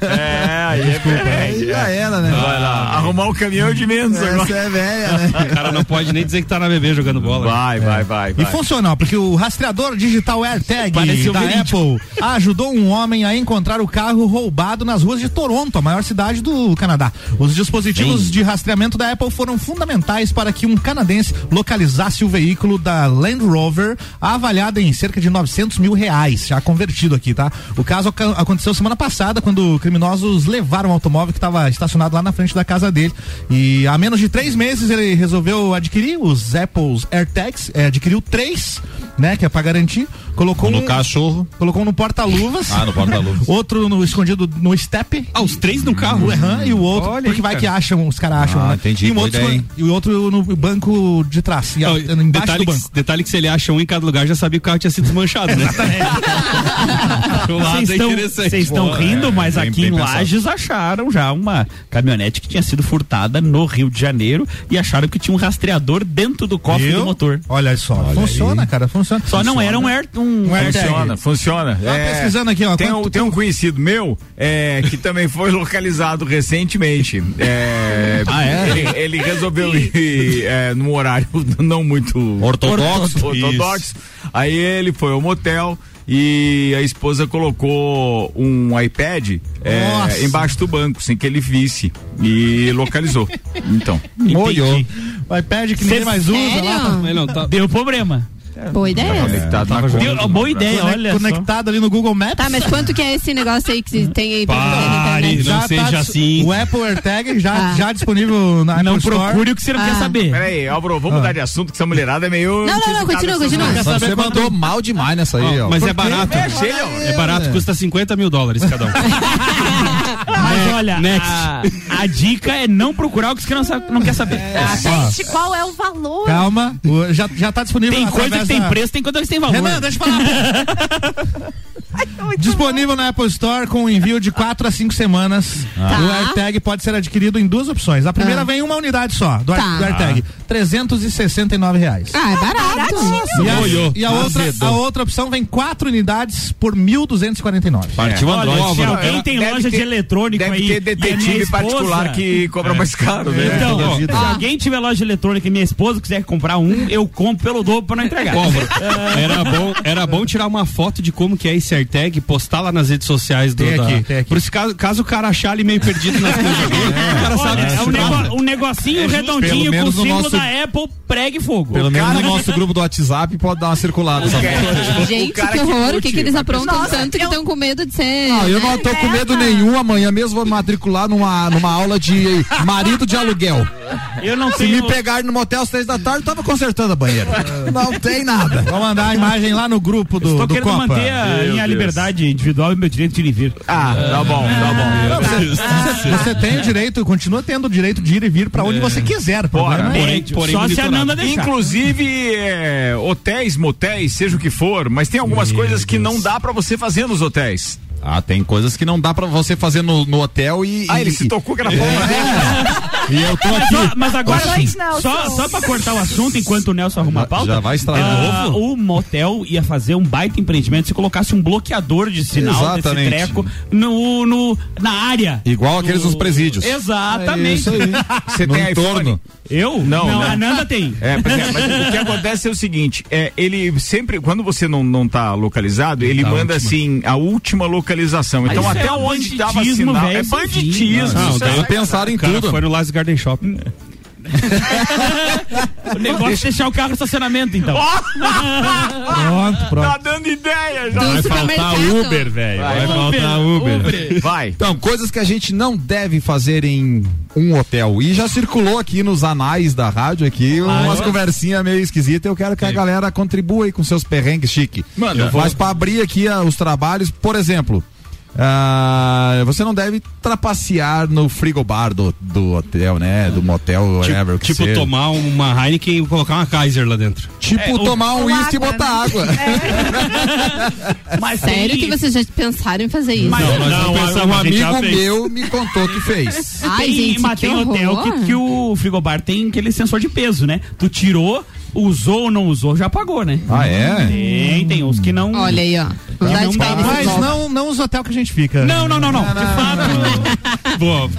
S2: É, aí é perrengue,
S4: já
S2: é.
S4: era, né?
S2: Vai lá, arrumar o caminhão de menos agora.
S4: Essa é velha, né?
S11: O cara não pode nem dizer que tá na bebê jogando bola. É.
S2: Vai, vai, vai.
S9: E funcional, porque o rastreador digital AirTag
S11: Pareceu
S9: da
S11: um verídico.
S9: Apple ajudou um homem a encontrar o carro roubado nas ruas de Toronto, a maior cidade do Canadá. Os dispositivos de rastreamento da Apple foram fundamentais para que um canadense localizasse o veículo da Land Rover, avaliado em cerca de 900 mil reais, já convertido aqui, tá? O caso aca- aconteceu semana passada, quando criminosos levaram o automóvel que estava estacionado lá na frente da casa dele. E há menos de três meses ele resolveu adquirir os Apple's AirTags, eh, adquiriu três, né, que é pra garantir. Colocou
S4: No
S9: um-
S4: cachorro.
S9: Colocou um no porta-luvas.
S4: Ah, no porta-luvas.
S9: Outro no, escondido no step.
S11: Ah, os três no carro?
S9: Aham, e o outro,
S11: Olha
S9: porque
S11: aí,
S9: vai
S11: cara.
S9: que acham, os caras acham,
S11: Ah,
S9: né?
S11: entendi,
S9: E, um
S11: boa
S9: outro,
S11: ideia,
S9: escon-
S11: hein?
S9: e o outro no banco de trás, e a- embaixo
S11: detalhe,
S9: do banco.
S11: que, detalhe que se ele acha um em cada lugar, já sabia que o carro tinha sido desmanchado, né? O lado
S6: Vocês
S11: é
S6: estão-
S11: interessante.
S6: Vocês estão
S11: Boa,
S6: rindo,
S11: é,
S6: mas
S11: bem-
S6: aqui
S11: bem
S6: em
S11: pensado.
S6: Lages acharam já uma caminhonete que tinha sido furtada no Rio de Janeiro e acharam que tinha um rastreador dentro do cofre
S9: Viu?
S6: do motor.
S9: Olha só, funciona, cara, funciona.
S6: Só não
S9: Funciona.
S6: era um air, um
S9: Um air tag.
S2: Funciona, funciona. É,
S9: Tava pesquisando aqui, ó,
S2: Tem,
S9: quanto-
S2: um, tem um conhecido meu é, que também foi localizado recentemente. É,
S9: Ah, é?
S2: Ele, ele resolveu ir é, num horário não muito
S4: Ortodoxo.
S2: ortodoxo. Aí ele foi ao motel. E a esposa colocou um iPad é,
S4: Nossa.
S2: embaixo do banco, sem que ele visse. E localizou. Então.
S4: Molhou.
S9: O iPad que ninguém
S6: Cê-
S9: mais usa
S6: Sério?
S9: lá.
S11: Não, tá-
S6: Deu problema.
S7: Boa
S9: É.
S7: ideia.
S6: É.
S2: Conectado na conta.
S6: Tá, Deu, boa ideia,
S9: Conec-
S6: olha. só.
S9: Conectado ali no Google Maps.
S7: Tá, mas quanto que é esse negócio aí que tem aí pra vender na
S11: Pare,
S7: internet?
S11: não
S9: Já
S11: seja
S9: tá dis-
S11: assim.
S9: O Apple AirTag já,
S7: Ah.
S9: já disponível
S2: Ah,
S9: na
S6: Não
S9: Apple Store.
S6: procure o que você não quer
S7: Ah.
S6: saber.
S2: Peraí, Álvaro, vamos mudar de assunto, que essa mulherada é meio.
S7: Não, não, não,
S2: antecipada
S7: continua,
S2: com essas
S7: continua.
S4: Você mandou mal demais nessa aí, ó.
S11: Mas
S4: Por
S11: é barato.
S2: É cheio, ó.
S11: É barato, custa 50 mil dólares cada um.
S6: Mas olha, a, a dica é não procurar o que você não, sabe- não quer saber.
S2: É,
S3: Ah, gente,
S2: tipo
S3: qual é o valor?
S9: Calma, o- já, já tá disponível
S6: Tem coisa
S9: através
S6: que tem
S9: da-
S6: preço, tem coisa que tem valor.
S9: Renan, deixa eu falar. Disponível na Apple Store com envio de 4 a 5 semanas. O AirTag pode ser adquirido em duas opções. A primeira
S7: Ah.
S9: vem uma unidade só do, Air-
S7: Tá.
S9: do AirTag, R$ 369 reais.
S7: Ah, é barato.
S9: E a,
S11: Olhou.
S9: e a outra,
S4: Azedo.
S9: a outra opção vem quatro unidades por 1.249.
S4: Partiu
S6: É. Olha,
S4: Android.
S6: se
S9: é
S4: Álvaro.
S6: alguém tem
S2: Deve
S6: loja
S2: ter-
S6: de eletrônico
S2: Deve
S6: aí. e é
S2: ter
S6: minha
S2: detetive
S6: esposa-
S2: particular que
S6: É.
S2: cobra mais caro, né? Ah. velho.
S6: Então,
S4: toda
S6: ó,
S4: vida.
S6: se alguém tiver loja de eletrônica e minha esposa quiser comprar um, eu compro pelo dobro pra não entregar. É.
S11: Ô, Álvaro, É era bom, era bom tirar uma foto de como que é esse AirTag, postar lá nas redes sociais do
S9: Tem
S11: da-
S9: aqui, tem aqui.
S11: Por esse caso, caso o cara achar ele meio perdido nas coisas aqui, o cara sabe
S6: É, Olha,
S11: que
S6: é
S11: se
S6: um,
S11: trata.
S6: nego- um negocinho
S4: Pelo
S6: redondinho com o
S4: menos no
S6: símbolo
S4: nosso-
S6: da Apple, prega e fogo.
S4: Pelo menos no nosso grupo do WhatsApp pode dar uma circulada. Sabe?
S7: Gente,
S2: cara
S7: que
S2: que
S7: horror. O
S2: curte
S7: que, que eles aprontam
S3: Nossa,
S7: tanto que
S3: eu-
S7: estão com medo de ser.
S4: Não, eu
S7: né?
S4: não tô com medo nenhum. Amanhã mesmo vou me matricular numa, numa aula de marido de aluguel.
S6: Eu não
S4: Se
S6: tenho-
S4: me pegarem no motel às três da tarde, eu tava consertando a banheira. Não tem nada.
S9: Vou mandar a imagem lá no grupo do,
S6: Estou
S9: do
S6: querendo
S9: Copa.
S6: manter a minha liberdade individual e meu direito de ir e vir. Ah,
S9: tá bom, tá
S6: É.
S9: bom. Você, você tem o direito, continua tendo o direito de ir e vir pra
S2: É.
S6: É.
S9: onde você quiser. o
S2: Bora.
S9: problema é-
S2: Inclusive, é, hotéis, motéis, seja o que for, mas tem algumas coisas que não dá pra você fazer nos hotéis.
S4: Ah, tem coisas que não dá pra você fazer no, no hotel e.
S2: Ah,
S4: e-
S2: ele se tocou que era palma dele.
S4: E eu tô
S6: Mas,
S4: aqui.
S6: ó, mas agora,
S4: Oxi.
S6: só, só pra cortar o assunto enquanto o Nelson arruma a pauta.
S4: já vai estragar.
S6: ah, O motel ia fazer um baita empreendimento se colocasse um bloqueador de sinal desse
S4: Exatamente.
S6: treco no, no, na área.
S4: Igual aqueles nos presídios.
S6: Exatamente.
S4: É isso aí.
S2: Você
S4: No
S2: tem iPhone?
S4: entorno.
S6: Eu?
S2: Não,
S6: Não,
S2: né?
S6: a Nanda tem.
S2: É, pois é, mas o que acontece é o seguinte, é, ele sempre, quando você não, não tá localizado, ele
S6: Tá
S2: manda
S6: ótimo.
S2: assim, a última localização. Então
S6: Isso
S2: até
S6: é
S2: onde tava
S6: banditismo,
S2: sinal,
S6: velho,
S2: é
S6: sem fim.
S2: banditismo.
S6: Não,
S2: isso
S6: daí
S2: é-
S4: pensaram em
S11: O cara
S4: tudo.
S11: foi no Las Garden Shopping.
S6: O negócio é deixar o carro no estacionamento, então.
S9: Pronto,
S2: Tá dando ideia já.
S6: Do Vai faltar supermercado. Uber,
S2: velho.
S6: Vai faltar Uber. Uber.
S2: Vai.
S4: Então, coisas que a gente não deve fazer em um hotel. E já circulou aqui nos anais da rádio aqui umas conversinhas meio esquisitas. Eu quero que a galera contribua aí com seus perrengues chique.
S2: Manda.
S4: Eu vou- Mas pra abrir aqui ah, os trabalhos, por exemplo, ah, você não deve trapacear no frigobar do, do hotel, né? Do motel, whatever, o que
S11: Tipo
S4: seja.
S11: tomar uma Heineken e colocar uma Kaiser lá dentro.
S4: Tipo
S11: É, o-
S4: tomar um
S11: ou
S4: uísque e
S11: água,
S4: botar
S11: né?
S4: água.
S6: Mas
S7: É. Sério que vocês já pensaram em fazer isso?
S11: Então
S6: Mas- Não, não,
S4: um
S6: a gente já
S4: amigo
S6: fez.
S4: meu me contou que fez.
S7: Ai,
S6: tem,
S7: gente,
S6: mas
S7: que
S6: tem hotel
S7: horror.
S6: que, que o frigobar tem aquele sensor de peso, né? Tu tirou, usou ou não usou, já pagou, né?
S4: Ah, é?
S6: Tem, tem uns que não.
S7: Olha aí, ó. Vontade de cair nesse
S9: Mas
S7: golpe.
S9: não, não os hotel que a gente fica.
S6: Não, não, não, não. De fato.
S11: Boa.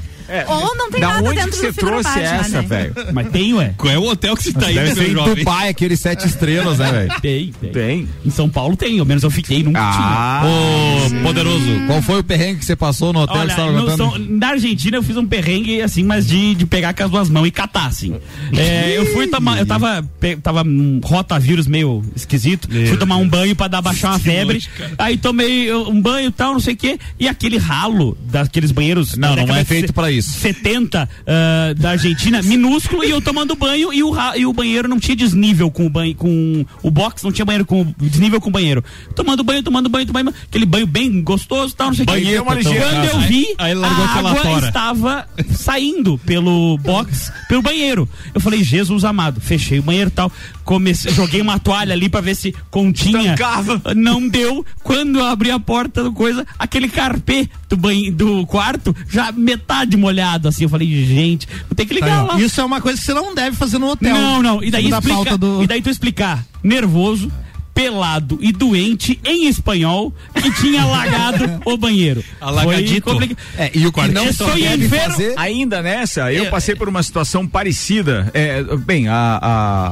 S3: Ou não tem
S2: da
S3: nada
S2: onde
S3: dentro
S2: que
S3: do
S2: você trouxe
S3: frigobar já,
S2: essa,
S3: né?
S2: velho?
S6: Mas tem, ué.
S11: Qual é o hotel que você tá aí,
S4: Deve
S11: meu
S4: ser em
S11: jovem?
S4: Dubai, aqueles sete estrelas, né, velho?
S6: Tem, tem.
S2: Tem.
S6: Em São Paulo tem, ao menos eu fiquei, nunca
S4: Ah,
S11: Ô, poderoso.
S4: Qual foi o perrengue que você passou no hotel que
S6: Olha,
S4: você tava
S6: no
S4: contando?
S6: São- na Argentina eu fiz um perrengue assim, mas de, de pegar com as duas mãos e catar, assim. É, eu fui tomar, eu tava, pe- tava um rotavírus meio esquisito, fui tomar um banho pra dar, baixar uma febre, aí tomei eu, um banho e tal, não sei o quê, e aquele ralo daqueles banheiros.
S4: Não,
S6: da
S4: não
S6: década
S4: é
S6: de
S4: feito
S6: se-
S4: pra isso.
S6: 70 ah, da Argentina, minúsculo, e eu tomando banho e o, ra- e o banheiro não tinha desnível com o banho, com o box, não tinha banheiro com desnível com o banheiro. Tomando banho, tomando banho, tomando banho, aquele banho bem gostoso, tal, não sei o quê.
S2: Banheiro é uma ligeira.
S6: Quando eu vi,
S11: Aí- aí
S6: a
S11: largou aquela
S6: água
S11: tora.
S6: estava saindo pelo box, pelo banheiro. Eu falei, Jesus amado, fechei o banheiro e tal. Comecei, joguei uma toalha ali pra ver se continha.
S2: Trancava.
S6: Não deu. Quando eu abri a porta do coisa, aquele carpê do banho, do quarto, já metade molhado assim. Eu falei, gente, vou ter que
S9: Tá aí,
S6: ligar
S9: ó.
S6: lá.
S9: Isso é uma coisa que você não deve fazer no hotel.
S6: Não, não. E daí,
S9: Da
S6: explica,
S9: falta do...
S6: e daí tu explicar nervoso, pelado e doente em espanhol que tinha alagado o banheiro.
S11: Alagadito.
S6: Foi complica-
S4: É, e o que não
S6: Estou
S4: deve
S6: enfermo.
S4: fazer...
S2: Ainda nessa, eu passei por uma situação parecida. É, bem, a,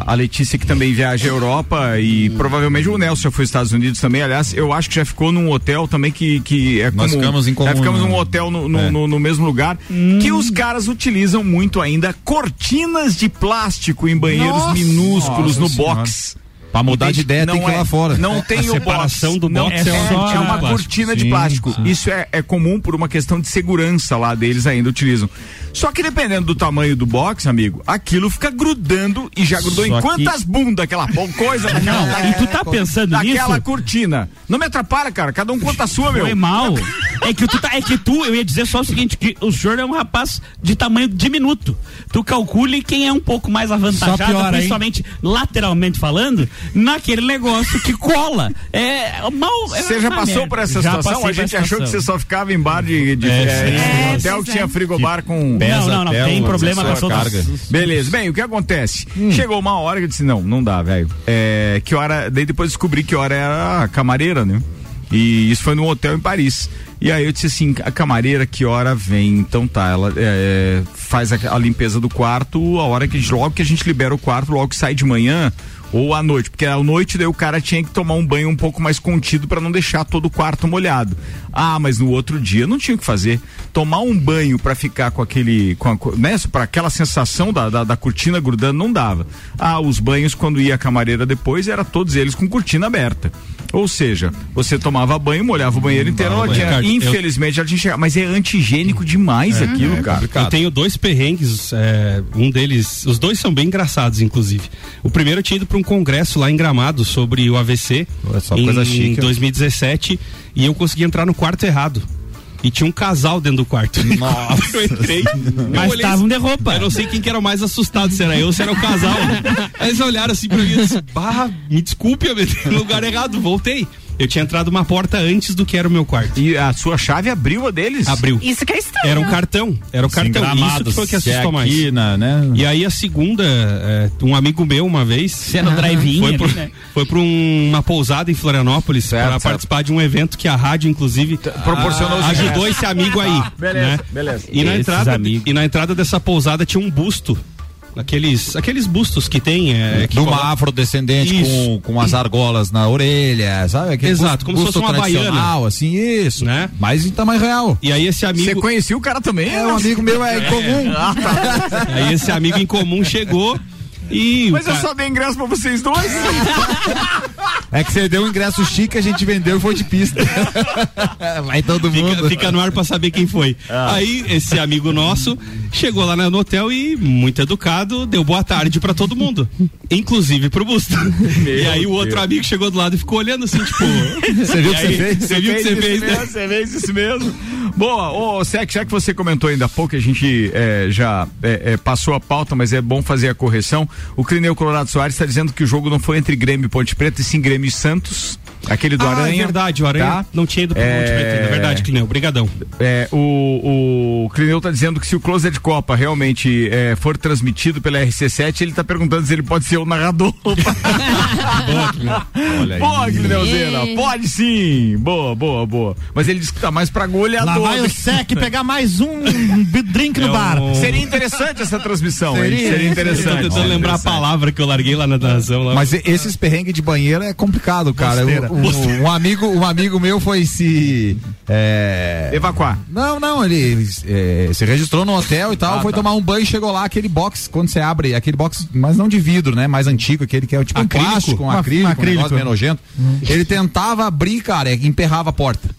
S2: a, a Letícia que também viaja à Europa e provavelmente o Nelson já foi aos Estados Unidos também. Aliás, eu acho que já ficou num hotel também que, que é comum.
S4: Nós ficamos em
S2: Já
S4: comum,
S2: ficamos
S4: né?
S2: num hotel no, no, no- no mesmo lugar.
S6: Hum.
S2: Que os caras utilizam muito ainda cortinas de plástico em banheiros
S9: Nossa.
S2: minúsculos
S4: Nossa
S2: no
S4: Senhora.
S2: box.
S4: Pra mudar
S2: Entende?
S4: de ideia, tem
S2: Não
S4: que ir
S2: é-
S4: lá fora.
S2: Não tem o
S11: separação
S2: box.
S11: do
S2: não
S11: box
S2: é,
S11: é só
S2: é uma
S11: plástico.
S2: cortina de
S11: Sim,
S2: plástico. Isso é, é comum por uma questão de segurança lá deles ainda utilizam. Só que dependendo do tamanho do box, amigo, aquilo fica grudando e já grudou
S6: Só
S2: em
S6: que-
S2: quantas bundas aquela bom coisa
S6: Não,
S2: daquela,
S6: e tu tá pensando
S2: daquela
S6: nisso?
S2: cortina. Não me atrapalha, cara. Cada um conta a sua, meu.
S6: Foi mal. É que, tu tá- é que tu, eu ia dizer só o seguinte, que o senhor é um rapaz de tamanho diminuto. Tu calcule quem é um pouco mais avantajado,
S9: Só piora, hein?
S6: principalmente lateralmente falando, naquele negócio que cola. É mal. é
S2: Você já
S6: uma
S2: passou
S6: merda.
S2: por essa
S6: Já
S2: situação?
S6: passei
S2: A gente
S6: por essa
S2: achou que você
S6: situação.
S2: só ficava em bar de, de
S11: É,
S2: é,
S3: sim.
S2: hotel
S3: É,
S2: que
S3: sim,
S2: tinha
S3: sim.
S2: frigobar com
S6: Não, não, não,
S4: até
S6: tem
S4: o
S6: problema com
S4: acessório
S6: essa
S4: carga.
S2: Beleza, bem, o que acontece?
S6: Hum.
S2: Chegou uma hora que eu disse, não, não dá, velho. É, que hora, daí depois descobri que hora era a camareira, né? E isso foi num hotel em Paris. E aí eu disse assim, a camareira, que hora vem? Então tá, ela é, faz a, a limpeza do quarto, a hora que a gente- logo que a gente libera o quarto, logo que sai de manhã ou à noite, porque à noite daí o cara tinha que tomar um banho um pouco mais contido pra não deixar todo o quarto molhado. Ah, mas no outro dia não tinha o que fazer. Tomar um banho pra ficar com aquele, com a co- né, para aquela sensação da, da, da cortina grudando não dava. Ah, os banhos quando ia a camareira depois era todos eles com cortina aberta. Ou seja, você tomava banho, molhava o banheiro inteiro, não
S11: banho.
S2: adianta.
S11: Ricardo, eu- É,
S2: infelizmente já tinha chegado. Mas é antigênico demais aquilo, cara.
S11: Eu tenho dois perrengues, é, um deles, os dois são bem engraçados, inclusive. O primeiro eu tinha ido para um congresso lá em Gramado sobre o AVC
S2: É
S4: só
S11: em
S4: coisa chique, né?
S11: 2017 e eu consegui entrar no quarto errado. E tinha um casal dentro do quarto. Nossa. Eu entrei.
S6: Mas
S2: um
S6: estavam
S11: de roupa. Eu não sei quem que era o mais assustado, se era eu ou se era o casal. né? Eles olharam assim pra mim e disseram, bah, me desculpe, eu entrei no lugar errado, voltei. Eu tinha entrado uma porta antes do que era o meu quarto.
S2: E a sua chave abriu a deles?
S11: Abriu.
S3: Isso que é estranho.
S11: Era um cartão. Era o
S2: Sim,
S11: cartão. Isso
S2: Gramado,
S11: que foi o que
S2: se é
S11: assustou
S2: aqui, né?
S11: mais. E aí a segunda, é, um amigo meu uma vez.
S6: é
S3: um
S6: no drive-in
S11: Foi,
S6: ali,
S11: pro-
S6: né?
S11: foi pra um- uma pousada em Florianópolis para participar de um evento que a rádio, inclusive,
S2: proporcionou
S11: a-
S2: os
S11: ajudou
S2: ingressos.
S11: esse amigo aí.
S2: Beleza,
S11: né?
S2: beleza.
S11: E na,
S2: Esses
S11: entrada, e na entrada dessa pousada tinha um busto. Aqueles, aqueles bustos que tem. É, que
S4: de uma
S11: coloca-
S4: afrodescendente com,
S11: Isso.
S4: com as argolas na orelha, sabe? Aquele
S11: Exato, como se
S4: busto
S11: fosse uma
S4: tradicional,
S11: baiana.
S4: assim, isso.
S11: Né?
S4: Mas em tamanho real.
S11: E aí esse amigo.
S4: Você
S2: conhecia o cara também?
S4: É, um amigo meu é, tá. comum.
S11: Aí esse amigo em comum chegou e. o
S2: Mas eu
S11: cara-
S2: só dei ingresso pra vocês dois.
S4: É que você deu um ingresso chique, a gente vendeu e foi de pista. Vai todo
S11: Fica-
S4: mundo.
S11: Fica, no ar pra saber quem foi.
S2: Ah.
S11: Aí, esse amigo nosso chegou lá na- no hotel e, muito educado, deu boa tarde pra todo mundo. Inclusive pro Busto. e aí, o outro amigo chegou do lado e ficou olhando assim, tipo.
S2: Você
S11: e aí, Você viu o que você fez, né?
S2: Você fez isso mesmo. Boa, ô Sec, já que você comentou ainda há pouco, a gente eh, já eh, eh, passou a pauta, mas é bom fazer a correção. O Crineu Colorado Soares está dizendo que o jogo não foi entre Grêmio e Ponte Preta, e sim Grêmio e Santos. Aquele do
S11: Ah, é
S2: Aranha. tá?
S11: verdade, o Aranha não tinha ido pro Ponte Preta ainda, é verdade, Clineu, obrigadão.
S2: É, o, o Clineu tá dizendo que se o Closer de Copa realmente eh, for transmitido pela RC7, ele tá perguntando se ele pode ser o narrador. Boa, Clineuzeira, pode sim. Boa, boa, boa. Mas ele disse que tá mais pra
S9: Lá
S2: goleador.
S9: vai o Sec pegar mais um drink
S6: É
S9: no bar.
S2: É um
S6: um-
S2: Seria interessante essa transmissão, Então, hein? Seria,
S4: Seria, seria
S11: Eu tô
S2: interessante.
S11: tentando lembrar a palavra que eu larguei lá na narração. Lá.
S4: Mas e- esses perrengues de banheiro é complicado, cara.
S11: Bosteira.
S4: Um- um-
S11: Bosteira.
S4: um, amigo, um amigo meu foi se. é,
S2: Evacuar.
S4: Não, não, ele é, se registrou no hotel e tal,
S2: Ah,
S4: foi
S2: tá.
S4: tomar um banho e chegou lá, aquele box, quando você abre, aquele box, mas não de vidro, né? Mais antigo, aquele que é tipo
S9: Acrílico?
S4: um plástico, um
S9: Uma-
S4: acrílico,
S9: um
S4: um,
S9: acrílico.
S4: negócio meio nojento. Ele tentava abrir, cara, e emperrava a porta.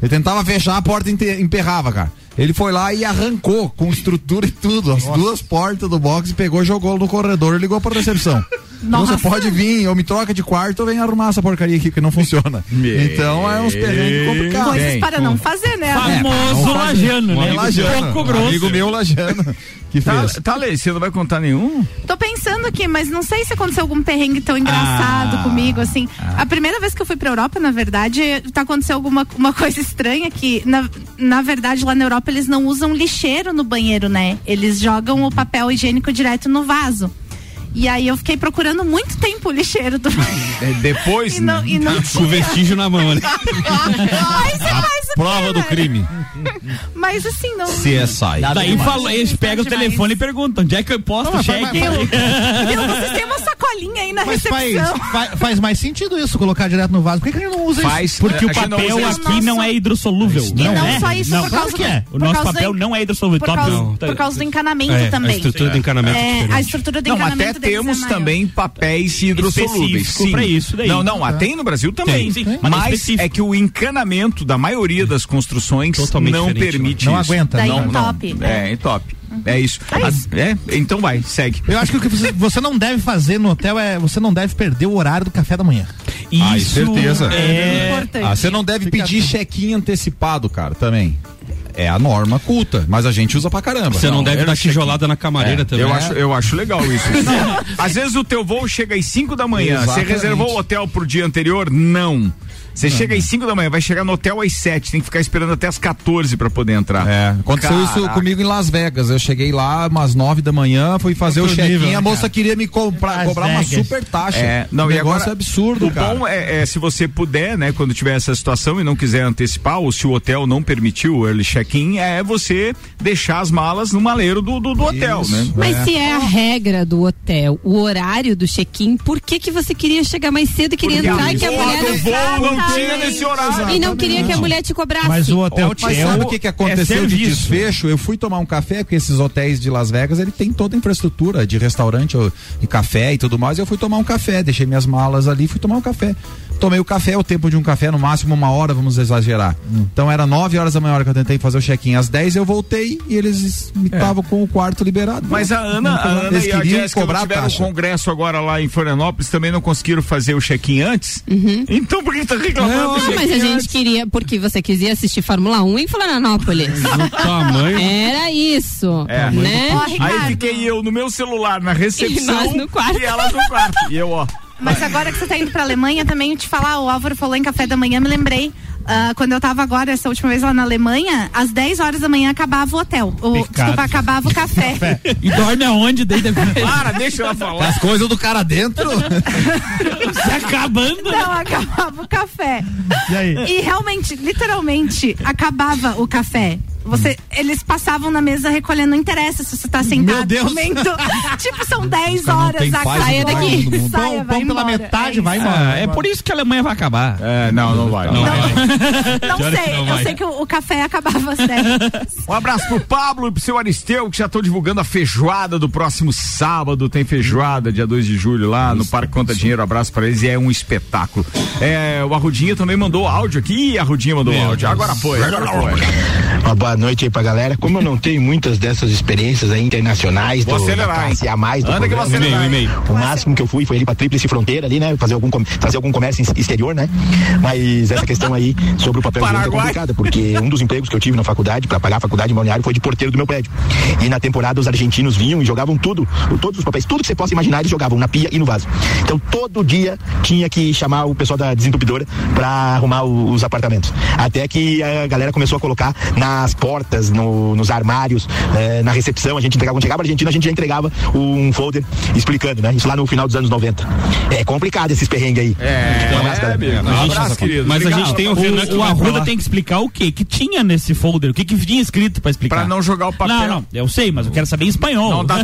S4: Ele tentava fechar a porta e ente- emperrava, cara. Ele foi lá e arrancou com estrutura e tudo, as duas portas do box e pegou, jogou no corredor e ligou pra recepção. Então Você pode vir, ou me troca de quarto ou vem arrumar essa porcaria aqui que não funciona. Então é uns perrengues complicados.
S3: Coisas para não fazer,
S9: É,
S3: né?
S4: Famoso
S6: lajano, né?
S9: Um
S4: Lajano.
S6: Pouco grosso.
S4: Amigo meu lajano. Que
S2: Tá,
S4: fez.
S2: tá Lê, você não vai contar nenhum?
S3: Tô pensando aqui, mas não sei se aconteceu algum perrengue tão engraçado
S2: Ah.
S3: comigo, assim. A primeira vez que eu fui pra Europa, na verdade, tá acontecendo alguma uma coisa estranha que, na, na verdade, lá na Europa eles não usam lixeiro no banheiro, né? Eles jogam o papel higiênico direto no vaso. E aí eu fiquei procurando muito tempo o lixeiro do banheiro.
S2: É, depois,
S3: E não,
S2: né?
S3: e não
S11: Com o
S3: tinha.
S11: vestígio na mão, né?
S3: Aí você faz o
S4: Prova do crime.
S3: Mas assim, não.
S11: é
S4: CSI.
S6: é Daí fala- eles pegam o
S3: Demais.
S6: telefone e perguntam: onde é que eu posto o cheque?
S3: Viu, vocês têm uma sacolinha aí na
S9: Mas faz,
S3: recepção.
S9: fa- faz mais sentido isso, colocar direto no vaso. Por que, que ele não usa
S2: Faz,
S9: isso?
S6: Porque
S2: É,
S6: o
S2: aqui não
S6: papel
S2: usa isso.
S6: aqui não é hidrossolúvel.
S3: E não,
S6: é.
S3: só isso,
S6: Não.
S3: por
S9: Claro
S3: causa
S9: que é.
S3: do-
S6: O
S3: por
S6: nosso
S3: causa do
S6: papel
S3: en-
S6: não é hidrossolúvel.
S3: por
S6: Top,
S3: causa,
S6: não.
S3: por causa do encanamento
S11: tá É,
S3: também.
S11: A estrutura do encanamento. é
S3: É,
S11: diferente.
S3: a estrutura do
S2: Não,
S3: encanamento
S2: até
S3: deles é
S2: temos
S3: maior.
S2: também papéis hidrossolúveis.
S6: Específico
S2: sim.
S6: pra isso daí.
S2: Não, não, há, tem no Brasil também.
S6: Tem, sim, mas é
S2: Mas
S6: específico.
S2: é que o encanamento da maioria das construções
S11: Totalmente
S2: não
S11: diferente,
S2: permite
S9: mano. Não
S2: isso.
S9: aguenta, Daí
S2: não,
S3: Tá em
S2: não.
S3: top,
S2: É,
S3: né?
S2: em top. É isso.
S3: É isso.
S2: Ah, é? Então vai, segue.
S9: Eu acho que o que você, você não deve fazer no hotel é você não deve perder o horário do café da manhã.
S6: Isso
S4: Ah, certeza.
S6: É...
S3: Importante.
S4: Ah, você não deve pedir check-in antecipado, cara, também. É a norma culta, mas a gente usa pra caramba.
S11: Você não, deve
S4: eu
S11: dar
S4: acho que-
S11: tijolada na camareira
S4: É,
S11: também.
S2: Eu, acho, eu acho legal isso. Às vezes o teu voo chega às 5 da manhã.
S4: Exatamente.
S2: Você reservou o hotel pro dia anterior? Não. Você chega às 5 da manhã, vai chegar no hotel às 7, tem que ficar esperando até às 14 pra poder entrar.
S4: É, aconteceu isso
S2: Caraca.
S4: comigo em Las Vegas. Eu cheguei lá umas nove da manhã, fui fazer
S9: Outro
S4: o check-in.
S9: nível, né,
S4: a moça
S9: cara?
S4: queria me comprar,
S9: Las
S4: cobrar uma
S9: Vegas.
S4: super taxa.
S2: É, não,
S4: o
S2: e
S4: negócio
S2: agora,
S4: é absurdo,
S2: o
S4: cara.
S2: bom é, é se você puder, né, quando tiver essa situação e não quiser antecipar, ou se o hotel não permitiu o early check-in, é você deixar as malas no maleiro do, do, do hotel,
S4: Isso.
S2: né?
S7: Mas se é a regra do hotel, o horário do check-in, por que que você queria chegar mais cedo e queria
S2: Porque
S7: entrar e que a
S2: porra
S7: mulher
S2: do
S7: não-
S2: voo não tinha
S7: Exatamente.
S2: nesse horário.
S7: E não queria que a mulher te cobrasse.
S9: Mas o é hotel
S4: Tá assim. Mas
S9: tinha.
S4: sabe o que, que aconteceu de desfecho? Eu fui tomar um café, porque esses hotéis de Las Vegas, ele tem toda a infraestrutura de restaurante ó, e café e tudo mais. Eu fui tomar um café, deixei minhas malas ali, fui tomar um café. Tomei o café, o tempo de um café, no máximo uma hora, vamos exagerar. Então era 9 horas da manhã a hora que eu tentei fazer o check-in. Às 10 eu voltei e eles
S9: É.
S4: estavam com o quarto liberado.
S2: Mas a Ana, a Ana
S4: eles
S2: e a
S4: queriam
S2: Jéssica
S4: cobrar
S2: não
S4: a
S2: tiveram o
S4: taxa.
S2: congresso agora lá em Florianópolis, também não conseguiram fazer o check-in antes. Então por que tá reclamando? do
S7: Não, Uhum. Ah, mas a
S2: check-in
S7: gente queria, porque você quisia assistir Fórmula 1 em Florianópolis.
S2: tamanho.
S7: Era isso.
S2: É.
S7: Né?
S2: Aí fiquei eu no meu celular na recepção
S7: E nós no quarto.
S2: e elas no quarto. E eu, ó.
S3: Mas agora que você tá indo pra Alemanha, também eu te falar, o Álvaro falou em café da manhã, me lembrei. ah, quando eu tava agora, essa última vez lá na Alemanha, às 10 horas da manhã acabava o hotel. O,
S6: Pecado.
S3: desculpa, acabava o café.
S6: E dorme aonde daí depois?
S2: Para, deixa ela falar.
S4: As coisas do cara dentro?
S9: Tá
S6: Se acabando.
S9: né?
S3: Não, acabava o café.
S6: E aí?
S3: E realmente, literalmente, acabava o café. Você, eles passavam na mesa recolhendo, não interessa se você tá sentado.
S9: Meu Deus.
S3: comendo. tipo, são 10
S9: cara não tem
S3: horas a
S9: paz,
S3: saia
S9: não tem
S3: daqui.
S9: paz no mundo.
S3: Saia,
S9: Pão-
S3: vai
S9: pão pela
S3: embora.
S9: metade,
S3: É
S9: vai
S3: isso.
S9: embora.
S6: É por isso que a Alemanha vai acabar.
S2: É, não, não vai.
S6: Não, vai.
S3: Não
S6: Pior é que
S3: sei,
S6: não
S3: eu
S6: vai.
S3: sei que o, o café acabava às 10.
S2: Um abraço pro Pablo e pro seu Aristeu, que já estão divulgando a feijoada do próximo sábado. Tem feijoada, dia 2 de julho, lá no Parque Conta Dinheiro. Abraço pra eles e é um espetáculo. É, o Arrudinha também mandou áudio aqui. Ih, a Arrudinha mandou áudio. Agora foi. Agora foi.
S5: Uma boa noite aí pra galera. Como eu não tenho muitas dessas experiências aí internacionais,
S2: Vou acelerar,
S5: da classe
S2: hein?
S5: a mais do
S2: Anda que eu vou
S5: programa,
S2: acelerar,
S5: né? O máximo que eu fui foi ali pra Tríplice Fronteira ali, né? Fazer algum, com- fazer algum comércio ex- exterior, né? Mas essa questão aí sobre o papel higiênico é
S2: Paraguai.
S5: complicada, porque um dos empregos que eu tive na faculdade, pra pagar a faculdade em Balneário, foi de porteiro do meu prédio. E na temporada os argentinos vinham e jogavam tudo, o- todos os papéis, tudo que você possa imaginar, eles jogavam na pia e no vaso. Então todo dia tinha que chamar o pessoal da desentupidora pra arrumar o- os apartamentos. Até que a galera começou a colocar nas portas, no- nos armários, eh, na recepção, a gente entregava, quando chegava a Argentina, a gente já entregava um folder explicando, né? Isso lá no final dos anos 90. É complicado esses perrengues aí.
S2: É,
S5: Um abraço, galera.
S6: Então, Mas a gente tem o Renan que o Arruda tem que explicar o que que tinha nesse folder, o que que vinha escrito pra explicar. Pra não
S2: jogar o
S6: papel. Não, não, eu sei, mas eu quero saber em espanhol. Não dá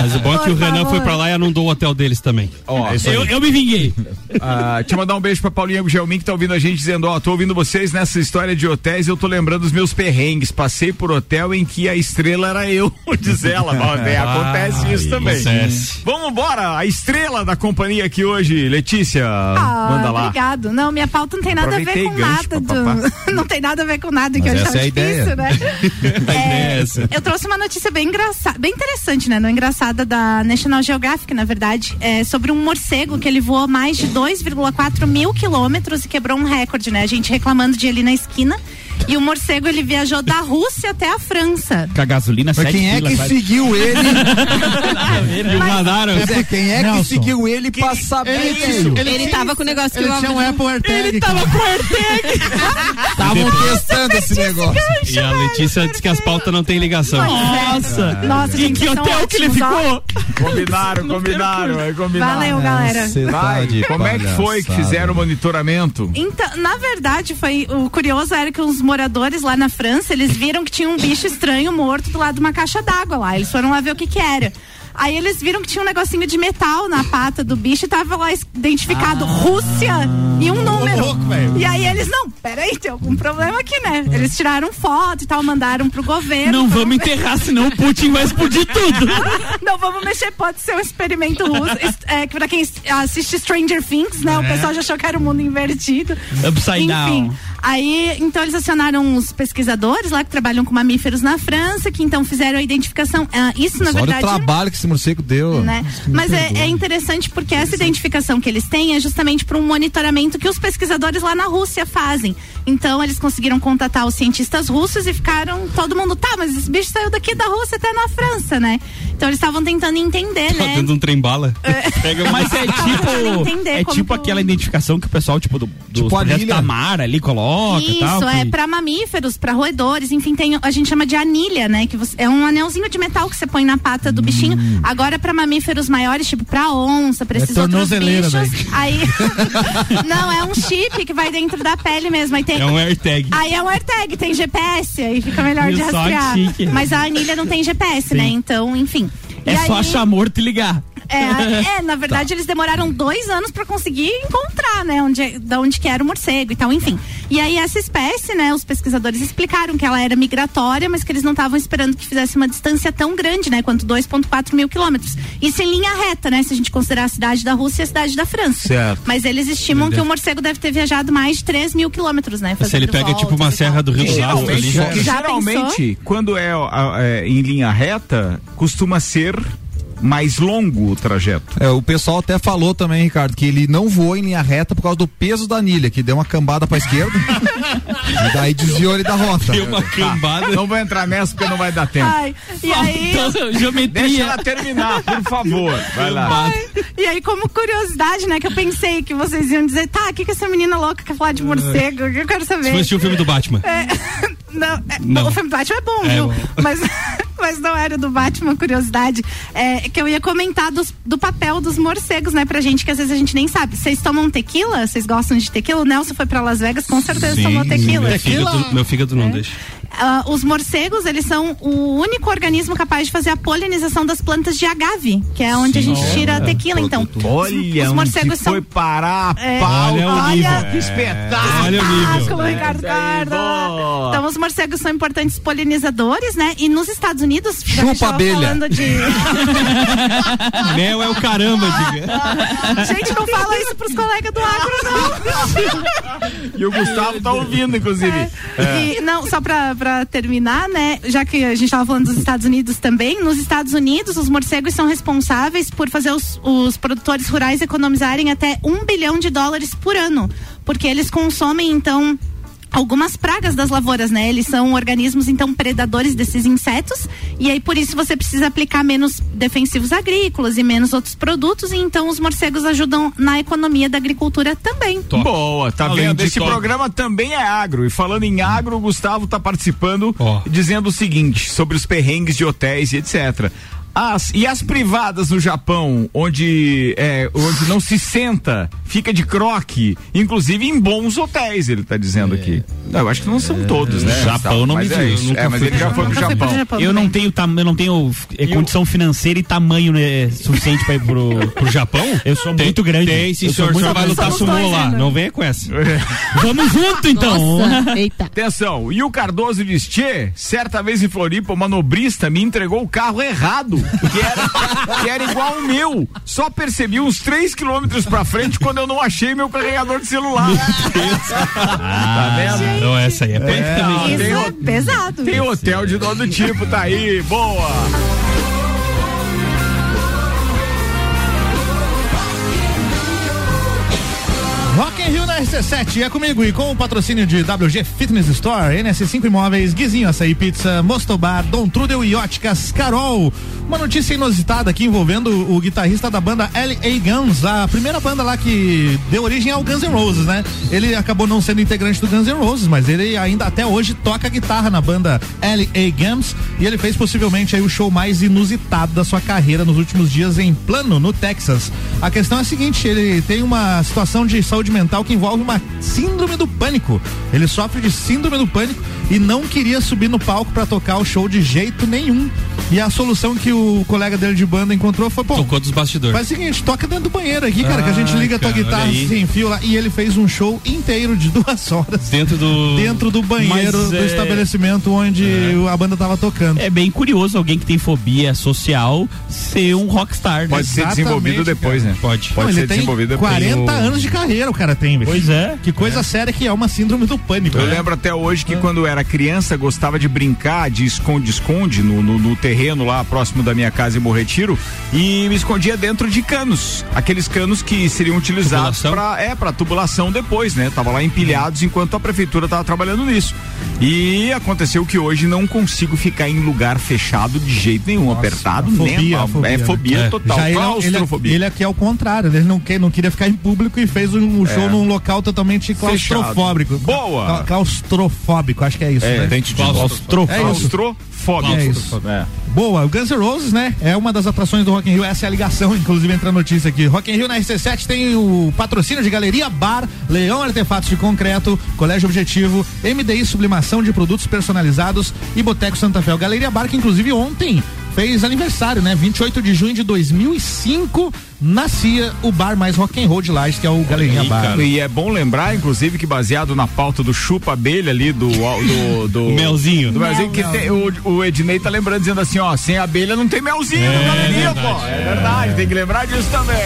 S11: Mas o bom é que o Renan foi pra lá e anundou o hotel deles tá também.
S2: Ó, É isso aí.
S6: eu, eu me vinguei.
S2: Ah, deixa eu mandar um beijo pra Paulinha Gelmin que tá ouvindo a gente dizendo, ó, tô ouvindo vocês nessa história de hotéis, eu tô lembrando os meus perrengues, passei por hotel em que a estrela era eu, diz ela, Ó, né,
S6: Ah,
S2: acontece isso também.
S6: acontece.
S2: Vamos embora, a estrela da companhia aqui hoje, Letícia,
S3: Ah,
S2: manda lá.
S3: obrigado. Não, minha pauta não tem nada
S2: Aproveitei
S3: a ver com
S2: gancho
S3: nada.
S2: pra
S3: Do... Não tem nada a ver com nada, que
S2: Mas
S3: hoje
S2: essa
S3: tava
S2: é a
S3: difícil,
S2: ideia.
S3: né? Eu trouxe uma notícia bem engraçada, bem interessante, né? Não é engraçada da National Geographic, na verdade, é sobre um morcego que ele voou mais de 2,4 mil quilômetros e quebrou um recorde, né? A gente reclamando de ele na esquina. E o morcego ele viajou da Rússia até a França.
S6: Com a gasolina,
S4: Mas
S6: sete
S4: quem é
S6: pila,
S4: que
S6: quase.
S4: seguiu ele?
S6: E o né? mandaram.
S4: É, porque quem é que seguiu ele pra saber disso?
S7: Ele tava com o negócio que
S9: ele
S7: o
S9: tinha um
S7: Álvaro-
S9: Apple AirTag.
S7: Ele
S9: cara.
S7: tava com o AirTag.
S4: Estavam testando esse negócio.
S11: E a Letícia disse que as pautas não têm ligação.
S6: Nossa!
S4: Ah.
S3: Nossa,
S6: em
S3: gente,
S6: que
S3: são
S6: hotel que ele
S3: ótimos, ó.
S6: ficou?
S2: Combinaram, combinaram, é, combinaram.
S3: Valeu, galera. Você
S4: tá
S2: Vai,
S4: de
S2: como é que foi que
S4: palhaçada.
S2: fizeram o monitoramento?
S3: Então, na verdade, foi o curioso era que os moradores lá na França, eles viram que tinha um bicho estranho morto do lado de uma caixa d'água lá. Eles foram lá ver o que que era. Aí eles viram que tinha um negocinho de metal na pata do bicho e tava lá es-
S6: Ah.
S3: identificado Rússia e um número.
S9: louco, velho.
S3: e aí eles, não, peraí, tem algum problema aqui, né? Eles tiraram foto e tal, mandaram pro governo.
S6: Não vamos enterrar, senão o Putin vai explodir tudo.
S3: Não vamos mexer, pode ser um experimento russo. Es- É, que pra quem es- assiste Stranger Things, né? O
S6: É.
S3: pessoal já achou que era o mundo invertido.
S6: Upside
S3: Enfim,
S6: down.
S3: Aí, então eles acionaram os pesquisadores lá que trabalham com mamíferos na França, que então fizeram a identificação. Ah, isso, na
S4: Mas Olha o
S3: verdade.
S4: trabalho que esse morcego deu.
S3: Né?
S4: Isso me
S3: Mas é,
S4: perdoa.
S3: é interessante porque essa identificação que eles têm é justamente para um monitoramento que os pesquisadores lá na Rússia fazem. Então eles conseguiram contatar os cientistas russos e ficaram todo mundo, tá, mas esse bicho saiu daqui da Rússia até na França, né? Então eles estavam tentando entender,
S11: Tá
S3: né?
S11: dentro de um trem-bala. Pega uma-
S6: Mas é tipo.
S3: um- entender
S6: É
S3: como
S6: tipo
S3: que o-
S6: aquela identificação que o pessoal, tipo, do, do
S4: Tipo a
S6: projeto
S4: Lilia.
S6: Tamara ali coloca
S3: Isso,
S6: e tal.
S3: é
S6: que-
S3: para mamíferos, para roedores, enfim, tem, a gente chama de anilha, né? Que você- é um anelzinho de metal que você põe na pata do bichinho. Agora, para mamíferos maiores, tipo para onça, para
S9: É
S3: esses outros
S9: tornozeleira,
S3: bichos.
S9: daí.
S3: Aí. não, é um chip que vai dentro da pele mesmo. Aí tem,
S11: É um AirTag.
S3: Aí é um AirTag, tem GPS, aí fica melhor
S6: Viu só
S3: de
S6: que
S3: rastrear.
S6: chique.
S3: Mas a anilha não tem GPS, né? Então, enfim.
S6: É
S3: E
S6: só
S3: aí-
S6: achar morto e ligar.
S3: É, é, na verdade, eles demoraram dois anos para conseguir encontrar, né? Onde, da onde que era o morcego e tal, enfim. E aí, essa espécie, né? Os pesquisadores explicaram que ela era migratória, mas que eles não estavam esperando que fizesse uma distância tão grande, né? Quanto 2,4 mil quilômetros. Isso em linha reta, né? Se a gente considerar a cidade da Rússia e a cidade da França.
S11: Certo.
S3: Mas eles estimam
S11: Entendi.
S3: que o morcego deve ter viajado mais de 3 mil quilômetros, né?
S11: Se ele
S3: fazendo
S11: pega tipo uma
S3: voltas e tal.
S11: serra do Rio dos Astros
S2: Geralmente,
S11: ali.
S2: é que
S3: Já
S2: geralmente quando é, a- é, em linha reta, costuma ser mais longo o trajeto.
S4: É, o pessoal até falou também, Ricardo, que ele não voou em linha reta por causa do peso da anilha, que deu uma cambada pra esquerda e daí desviou ele da rota.
S2: Deu uma cambada. Tá. não vou entrar nessa porque não vai dar tempo.
S3: Ai, e aí- Faltou geometria.
S2: Deixa ela terminar, por favor. Vai lá.
S3: E aí, como curiosidade, né, que eu pensei que vocês iam dizer, tá, o que, que essa menina louca quer falar de morcego? Eu quero
S11: Se
S3: saber.
S11: for assistir o filme do Batman.
S3: Não, é,
S11: Não.
S3: o filme do Batman é bom,
S11: É
S3: viu?
S11: bom.
S3: Mas, mas não era do Batman, curiosidade. É que eu ia comentar dos- do papel dos morcegos, né, pra gente, que às vezes a gente nem sabe. Vocês tomam tequila? Vocês gostam de tequila? O Nelson foi pra Las Vegas, com certeza tomou tequila. É?
S11: Meu fígado, meu fígado não deixa.
S3: Ah, os morcegos, eles são o único organismo capaz de fazer a polinização das plantas de agave, que é onde a gente tira a tequila,
S11: é,
S3: então.
S10: É
S2: Olha,
S10: um
S3: os morcegos
S2: onde foi
S3: são.
S2: parar a
S3: É,
S2: pauta.
S3: olha-
S2: que espetáculo.
S3: Olha o nível.
S2: É,
S3: Ricardo
S2: isso aí,
S3: Cardo.
S2: boa.
S3: Então, os morcegos são importantes polinizadores, né? E nos Estados Unidos, já que a gente tava falando de.
S11: Mel é o caramba, diga.
S3: Gente, não fala isso pros colegas do agro, não.
S2: E o Gustavo tá ouvindo, inclusive. É.
S3: E, não, só pra, pra terminar, né? Já que a gente tava falando dos Estados Unidos também, nos Estados Unidos, os morcegos são responsáveis por fazer os, os produtores rurais economizarem até um bilhão de dólares por ano. Porque eles consomem, então. Algumas pragas das lavouras, né? Eles são organismos, então, predadores desses insetos. E aí, por isso, você precisa aplicar menos defensivos agrícolas e menos outros produtos. E então, os morcegos ajudam na economia da agricultura também.
S2: Boa, tá
S11: Além
S2: vendo?
S11: de
S2: Esse
S11: top.
S2: programa também é agro. E falando em agro, o Gustavo tá participando dizendo o seguinte sobre os perrengues de hotéis e etc. As, e as privadas no Japão, onde, é, onde não se senta, fica de croque, inclusive em bons hotéis, ele tá dizendo aqui. Não, eu acho que não são todos, né?
S6: Japão
S2: Gustavo?
S6: não
S2: mas
S6: me
S2: é
S6: viu.
S2: isso.
S6: nunca
S2: É, mas
S6: fui
S2: ele
S6: pro
S2: já foi pro Japão.
S6: Eu não tenho, tam- eu não tenho eh, condição financeira e tamanho né, suficiente para ir pro, pro Japão. Eu sou muito grande.
S11: Tem, sim,
S6: Eu
S11: senhor. O
S6: sou muito É.
S11: senhor vai
S6: grande.
S11: lutar sumô lá. Não venha com essa.
S6: Vamos junto, então.
S7: Nossa, eita.
S2: Atenção, e o Cardoso diz: Tchê, certa vez em Floripa, o manobrista me entregou o carro errado, que era, que era igual o meu. Só percebi uns 3 quilômetros pra frente quando eu não achei meu carregador de celular.
S3: tá
S11: Ah, Não, essa aí é
S2: É, ó,
S11: perfeitamente.
S2: tem
S3: Isso
S2: o-
S3: é pesado.
S2: Tem hotel de todo tipo, tá aí, boa!
S9: Rock in Rio na RC7 é comigo e com o patrocínio de WG Fitness Store, NS5 Imóveis, Guizinho Açaí Pizza, Mostobar, Dom Trudel e Óticas Carol. Uma notícia inusitada aqui envolvendo o guitarrista da banda L.A. Guns, a primeira banda lá que deu origem ao Guns N' Roses, né? Ele acabou não sendo integrante do Guns N' Roses, mas ele ainda até hoje toca guitarra na banda L.A. Guns e ele fez possivelmente aí o show mais inusitado da sua carreira nos últimos dias em Plano, no Texas. A questão é a seguinte, ele tem uma situação de saúde mental que envolve uma síndrome do pânico. Ele sofre de síndrome do pânico e não queria subir no palco pra tocar o show de jeito nenhum. E a solução que o colega dele de banda encontrou foi, pô,
S11: Tocou dos bastidores.
S9: Faz o seguinte, toca dentro do banheiro aqui, cara, que a gente
S11: Ah,
S9: liga a tua
S11: cara,
S9: guitarra
S11: olha aí.
S9: sem fio lá. E ele fez um show inteiro de duas horas.
S11: Dentro do.
S9: Dentro do banheiro
S6: Mas,
S9: do
S6: é,
S9: estabelecimento onde o- a banda tava tocando.
S6: É bem curioso alguém que tem fobia social ser um rockstar. né?
S2: Pode ser desenvolvido depois, né?
S6: Pode.
S9: Não,
S2: Pode
S9: ele
S2: ser
S9: tem
S2: desenvolvido depois.
S9: 40 anos de carreira o cara tem, bicho.
S6: Pois é.
S9: Que coisa séria que é uma síndrome do pânico.
S2: Eu
S9: né?
S2: lembro até hoje que quando eu era criança gostava de brincar de esconde-esconde no, no- no terreno lá próximo da minha casa em Bom Retiro e me escondia dentro de canos. Aqueles canos que seriam utilizados para é, pra tubulação depois, né? Tava lá
S9: Uhum.
S2: empilhados enquanto a prefeitura tava trabalhando nisso. E aconteceu que hoje não consigo ficar em lugar fechado de jeito nenhum, apertado, nem
S9: Fobia,
S2: a-
S9: fobia,
S2: É
S9: né?
S2: fobia
S9: É.
S2: total,
S9: Já ele, é-
S2: claustrofobia.
S9: Ele, ele aqui é o contrário, ele não, quer, não queria ficar em público e fez um, um
S2: É.
S9: show num local totalmente claustrofóbico.
S2: Fechado. Boa!
S9: Cla- claustrofóbico, acho que é isso.
S2: É,
S9: né?
S2: tente de
S9: Claustro-
S2: novo.
S9: É isso.
S2: Claustrofóbico.
S9: É isso.
S2: É.
S9: Boa, o Guns N' Roses, né? É uma das atrações do Rock in Rio. Essa é a ligação, inclusive, entre a notícia aqui. Rock in Rio na RC7 tem o patrocínio de Galeria Bar, Leão Artefatos de Concreto, Colégio Objetivo, MDI Sublimação de Produtos Personalizados e Boteco Santa Fé. O Galeria Bar, que inclusive ontem fez aniversário, né? 28 de junho de 2005, nascia o bar mais rock and roll de Lages, que é o Galerinha
S2: E,
S9: Bar.
S2: cara, e é bom lembrar, inclusive, que baseado na pauta do chupa abelha ali do. do, do
S6: Melzinho.
S2: Do melzinho, que tem- o, o Ednei tá lembrando, dizendo assim: ó, sem abelha não tem melzinho no galeria, pô. É verdade, tem que lembrar disso também.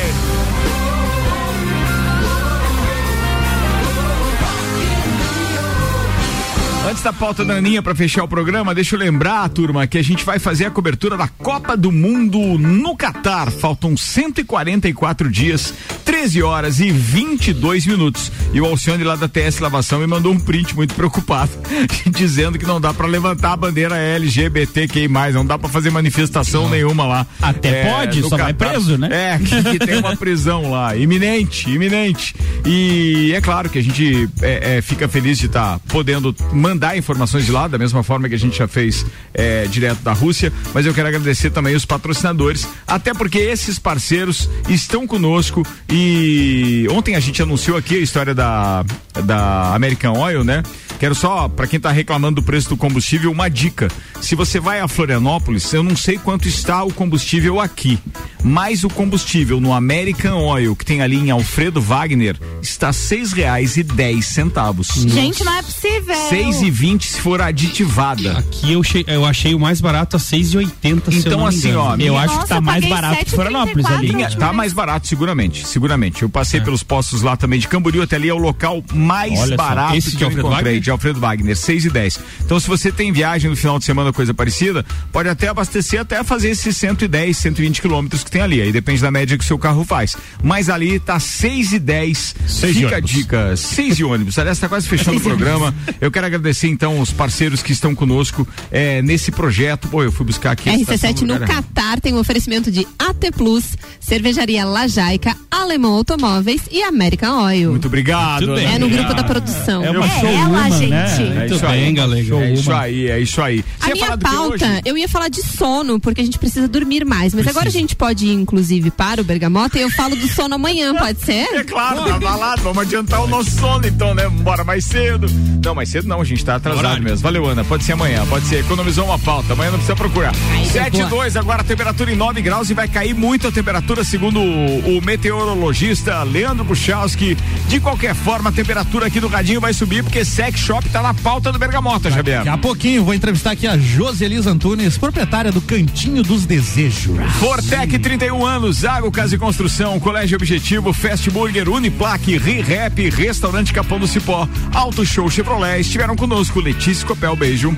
S2: Antes da pauta da Aninha para fechar o programa, deixa eu lembrar, turma, que a gente vai fazer a cobertura da Copa do Mundo no Catar. Faltam 144 dias, 13 horas e 22 minutos. E o Alcione lá da TS Lavação me mandou um print muito preocupado, dizendo que não dá para levantar a bandeira LGBTQI+, não dá para fazer manifestação nenhuma lá. É,
S6: Até pode,
S2: no
S6: só vai
S2: Catar.
S6: preso, né?
S2: É, que, que tem uma prisão lá, iminente, iminente. E é claro que a gente é, é, fica feliz de estar podendo mandar informações de lá, da mesma forma que a gente já fez é, direto da Rússia, mas eu quero agradecer também os patrocinadores, até porque esses parceiros estão conosco e ontem a gente anunciou aqui a história da, da American Oil, né? Quero só, para quem tá reclamando do preço do combustível, uma dica. Se você vai a Florianópolis, eu não sei quanto está o combustível aqui, mas o combustível no American Oil, que tem ali em Alfredo Wagner, está seis reais e dez centavos.
S3: Gente, não é possível.
S2: Seis e vinte se for aditivada.
S11: Aqui eu, che- eu achei o mais barato a 6,80. se eu
S2: Então,
S11: não me
S2: assim,
S11: engano.
S2: ó,
S11: Eu
S2: minha-
S11: acho que tá
S2: Nossa, eu
S11: mais
S2: paguei
S11: barato que Florianópolis ali. É.
S2: Minha- tá mais barato, seguramente. Seguramente. Eu passei pelos postos lá também de Camboriú, até ali é o local mais
S11: Olha só,
S2: barato
S11: esse de
S2: que eu
S11: Alfredo
S2: encontrei,
S11: Wagner?
S2: de Alfredo Wagner, 6 e 10. Então, se você tem viagem no final de semana, coisa parecida, pode até abastecer, até fazer esses 110, 120 quilômetros que tem ali. Aí depende da média que o seu carro faz. Mas ali tá 6 e 10.
S6: de
S2: Fica a
S6: ônibus.
S2: dica. 6 e Ah, ônibus. Aliás, tá quase fechando o programa. Eu quero agradecer, então, os parceiros que estão conosco eh, nesse projeto. Pô, eu fui buscar aqui. a
S7: RC7
S2: citação do
S7: no
S2: cara.
S7: Catar tem um oferecimento de AT Plus, Cervejaria Lajaica, Alemão Automóveis e American Oil.
S2: Muito obrigado.
S7: bem. É no grupo da produção. É uma É
S2: show
S7: showwoman, ela, gente. né?
S2: É
S7: Muito
S2: isso
S7: bem,
S2: aí,
S7: Galega.
S2: É isso aí, é isso aí. Você
S7: A
S2: ia
S7: minha
S2: falar do que
S7: pauta,
S2: hoje?
S7: eu ia falar de sono, porque a gente precisa dormir mais. Mas agora a gente pode ir, inclusive, para o Bergamota e eu falo do sono amanhã, pode ser?
S2: É claro, tá balado, vamos adiantar o nosso sono então, né? Bora mais cedo. Não, mais cedo não, a gente tá atrasado mesmo. Valeu, Ana. Pode ser amanhã, pode ser. Economizou uma pauta, amanhã não precisa procurar. 7 e 2, agora a temperatura em 9 graus e vai cair muito a temperatura, segundo o, o meteorologista Leandro Buchowski. De qualquer forma, a temperatura aqui do Radinho vai subir, porque Sex Shop tá na pauta do Bergamota, Xavier.
S9: Daqui a pouquinho vou entrevistar aqui a Joselis Antunes, proprietária do Cantinho dos Desejos.
S2: Fortec 31 anos, Água Casa e Construção, Colégio Objetivo, Fast Burger, Uniplaque, Re-Rap, Restaurante Capão do Cipó, Auto Show Chevrolet, estiveram conosco Letícia Copel, beijo.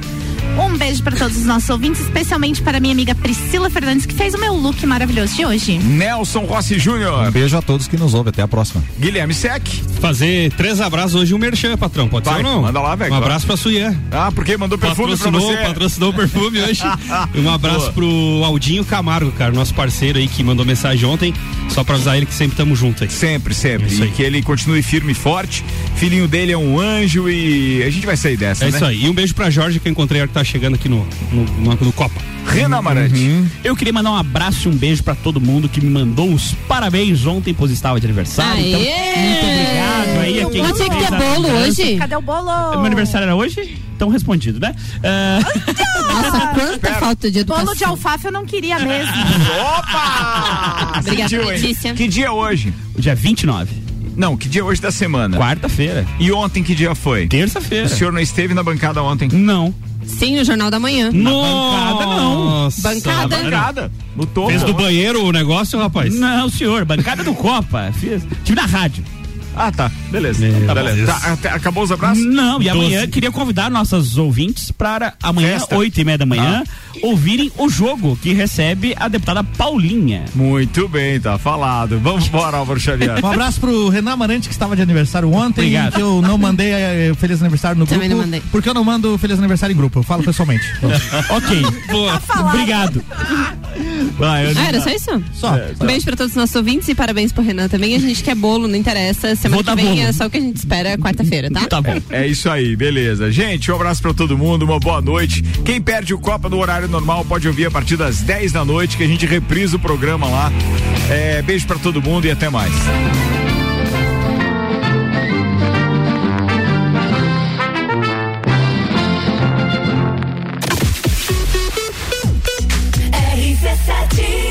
S3: Um beijo para todos os nossos ouvintes, especialmente para minha amiga Priscila Fernandes, que fez o meu look maravilhoso de hoje.
S2: Nelson Rossi Júnior.
S4: Um beijo a todos que nos ouvem. Até a próxima.
S2: Guilherme Sec.
S11: Fazer três abraços hoje e um merchan, patrão. Pode
S2: Vai,
S11: ser ou não?
S2: manda lá, velho.
S11: Um abraço pra Suyé.
S2: Ah, porque mandou perfume pra
S11: patrocinou,
S2: você.
S11: Patrocinou o perfume hoje. E um
S2: Boa.
S11: abraço pro Aldinho Camargo, cara, nosso parceiro aí que mandou mensagem ontem. Só pra avisar ele que sempre estamos juntos aí.
S2: Sempre, sempre. E que ele continue firme e forte. Filhinho dele é um anjo e a gente vai sair dessa,
S11: É
S2: né?
S11: isso aí. E um beijo pra Jorge que eu encontrei a hora que tá chegando aqui no, no, no, no Copa.
S2: Renan Amarante.
S6: Uhum. Eu queria mandar um abraço e um beijo pra todo mundo que me mandou os parabéns ontem, pois estava de aniversário. Então, muito obrigado aí a quem
S7: Não tinha é que
S6: fez
S7: ter
S6: a
S7: bolo
S6: lembrança.
S7: hoje?
S3: Cadê o bolo?
S6: É Meu aniversário era hoje? Então respondido, né? Ah,
S7: Nossa, quanta falta de educação.
S3: Bolo de alfafa eu não queria mesmo.
S6: Ah,
S2: Opa!
S7: Obrigada,
S2: Sentiu, hein?
S7: Letícia.
S2: Que dia é hoje?
S6: Dia 29.
S2: Não, que dia é hoje da semana?
S6: Quarta-feira.
S2: E ontem que dia foi?
S6: Terça-feira.
S2: O senhor não esteve na bancada ontem?
S6: Não.
S7: Sim, no Jornal da Manhã.
S6: Bancada não.
S7: Bancada?
S6: Na
S2: Bancada. No topo.
S11: Fez do banheiro o negócio, rapaz?
S6: Não, senhor. Bancada do Copa. Fiz. Tive na rádio.
S2: Ah, tá. Beleza. Tá, beleza. Tá, até- acabou os abraços?
S6: Não, e amanhã
S2: Doze.
S6: queria convidar nossas ouvintes para amanhã,
S2: Festa. Ah.
S6: oito e meia da manhã, ouvirem o jogo que recebe a deputada Paulinha.
S2: Muito bem, tá falado. Vamos embora, Álvaro Xavier.
S9: Um abraço pro Renan Amarante, que estava de aniversário ontem.
S2: Obrigado.
S9: Que eu não mandei eh, feliz aniversário no grupo.
S7: Também não mandei.
S9: Porque eu não mando feliz aniversário em grupo. Eu falo pessoalmente.
S6: ok.
S2: Tá
S11: Boa.
S6: Obrigado. Vai, eu-
S7: Ah, era só isso?
S9: Só.
S7: Um beijo pra todos os nossos ouvintes e parabéns pro Renan também. A gente quer bolo, não interessa. Semana
S6: Vou dar
S7: que vem
S6: bolo.
S7: é só o que a gente espera quarta-feira, tá?
S6: Tá bom.
S2: É isso aí, beleza. Gente, um abraço pra todo mundo, uma boa noite. Quem perde o Copa no horário normal pode ouvir a partir das 10 da noite, que a gente reprisa o programa lá. É, beijo pra todo mundo e até mais.
S10: RC7. RC7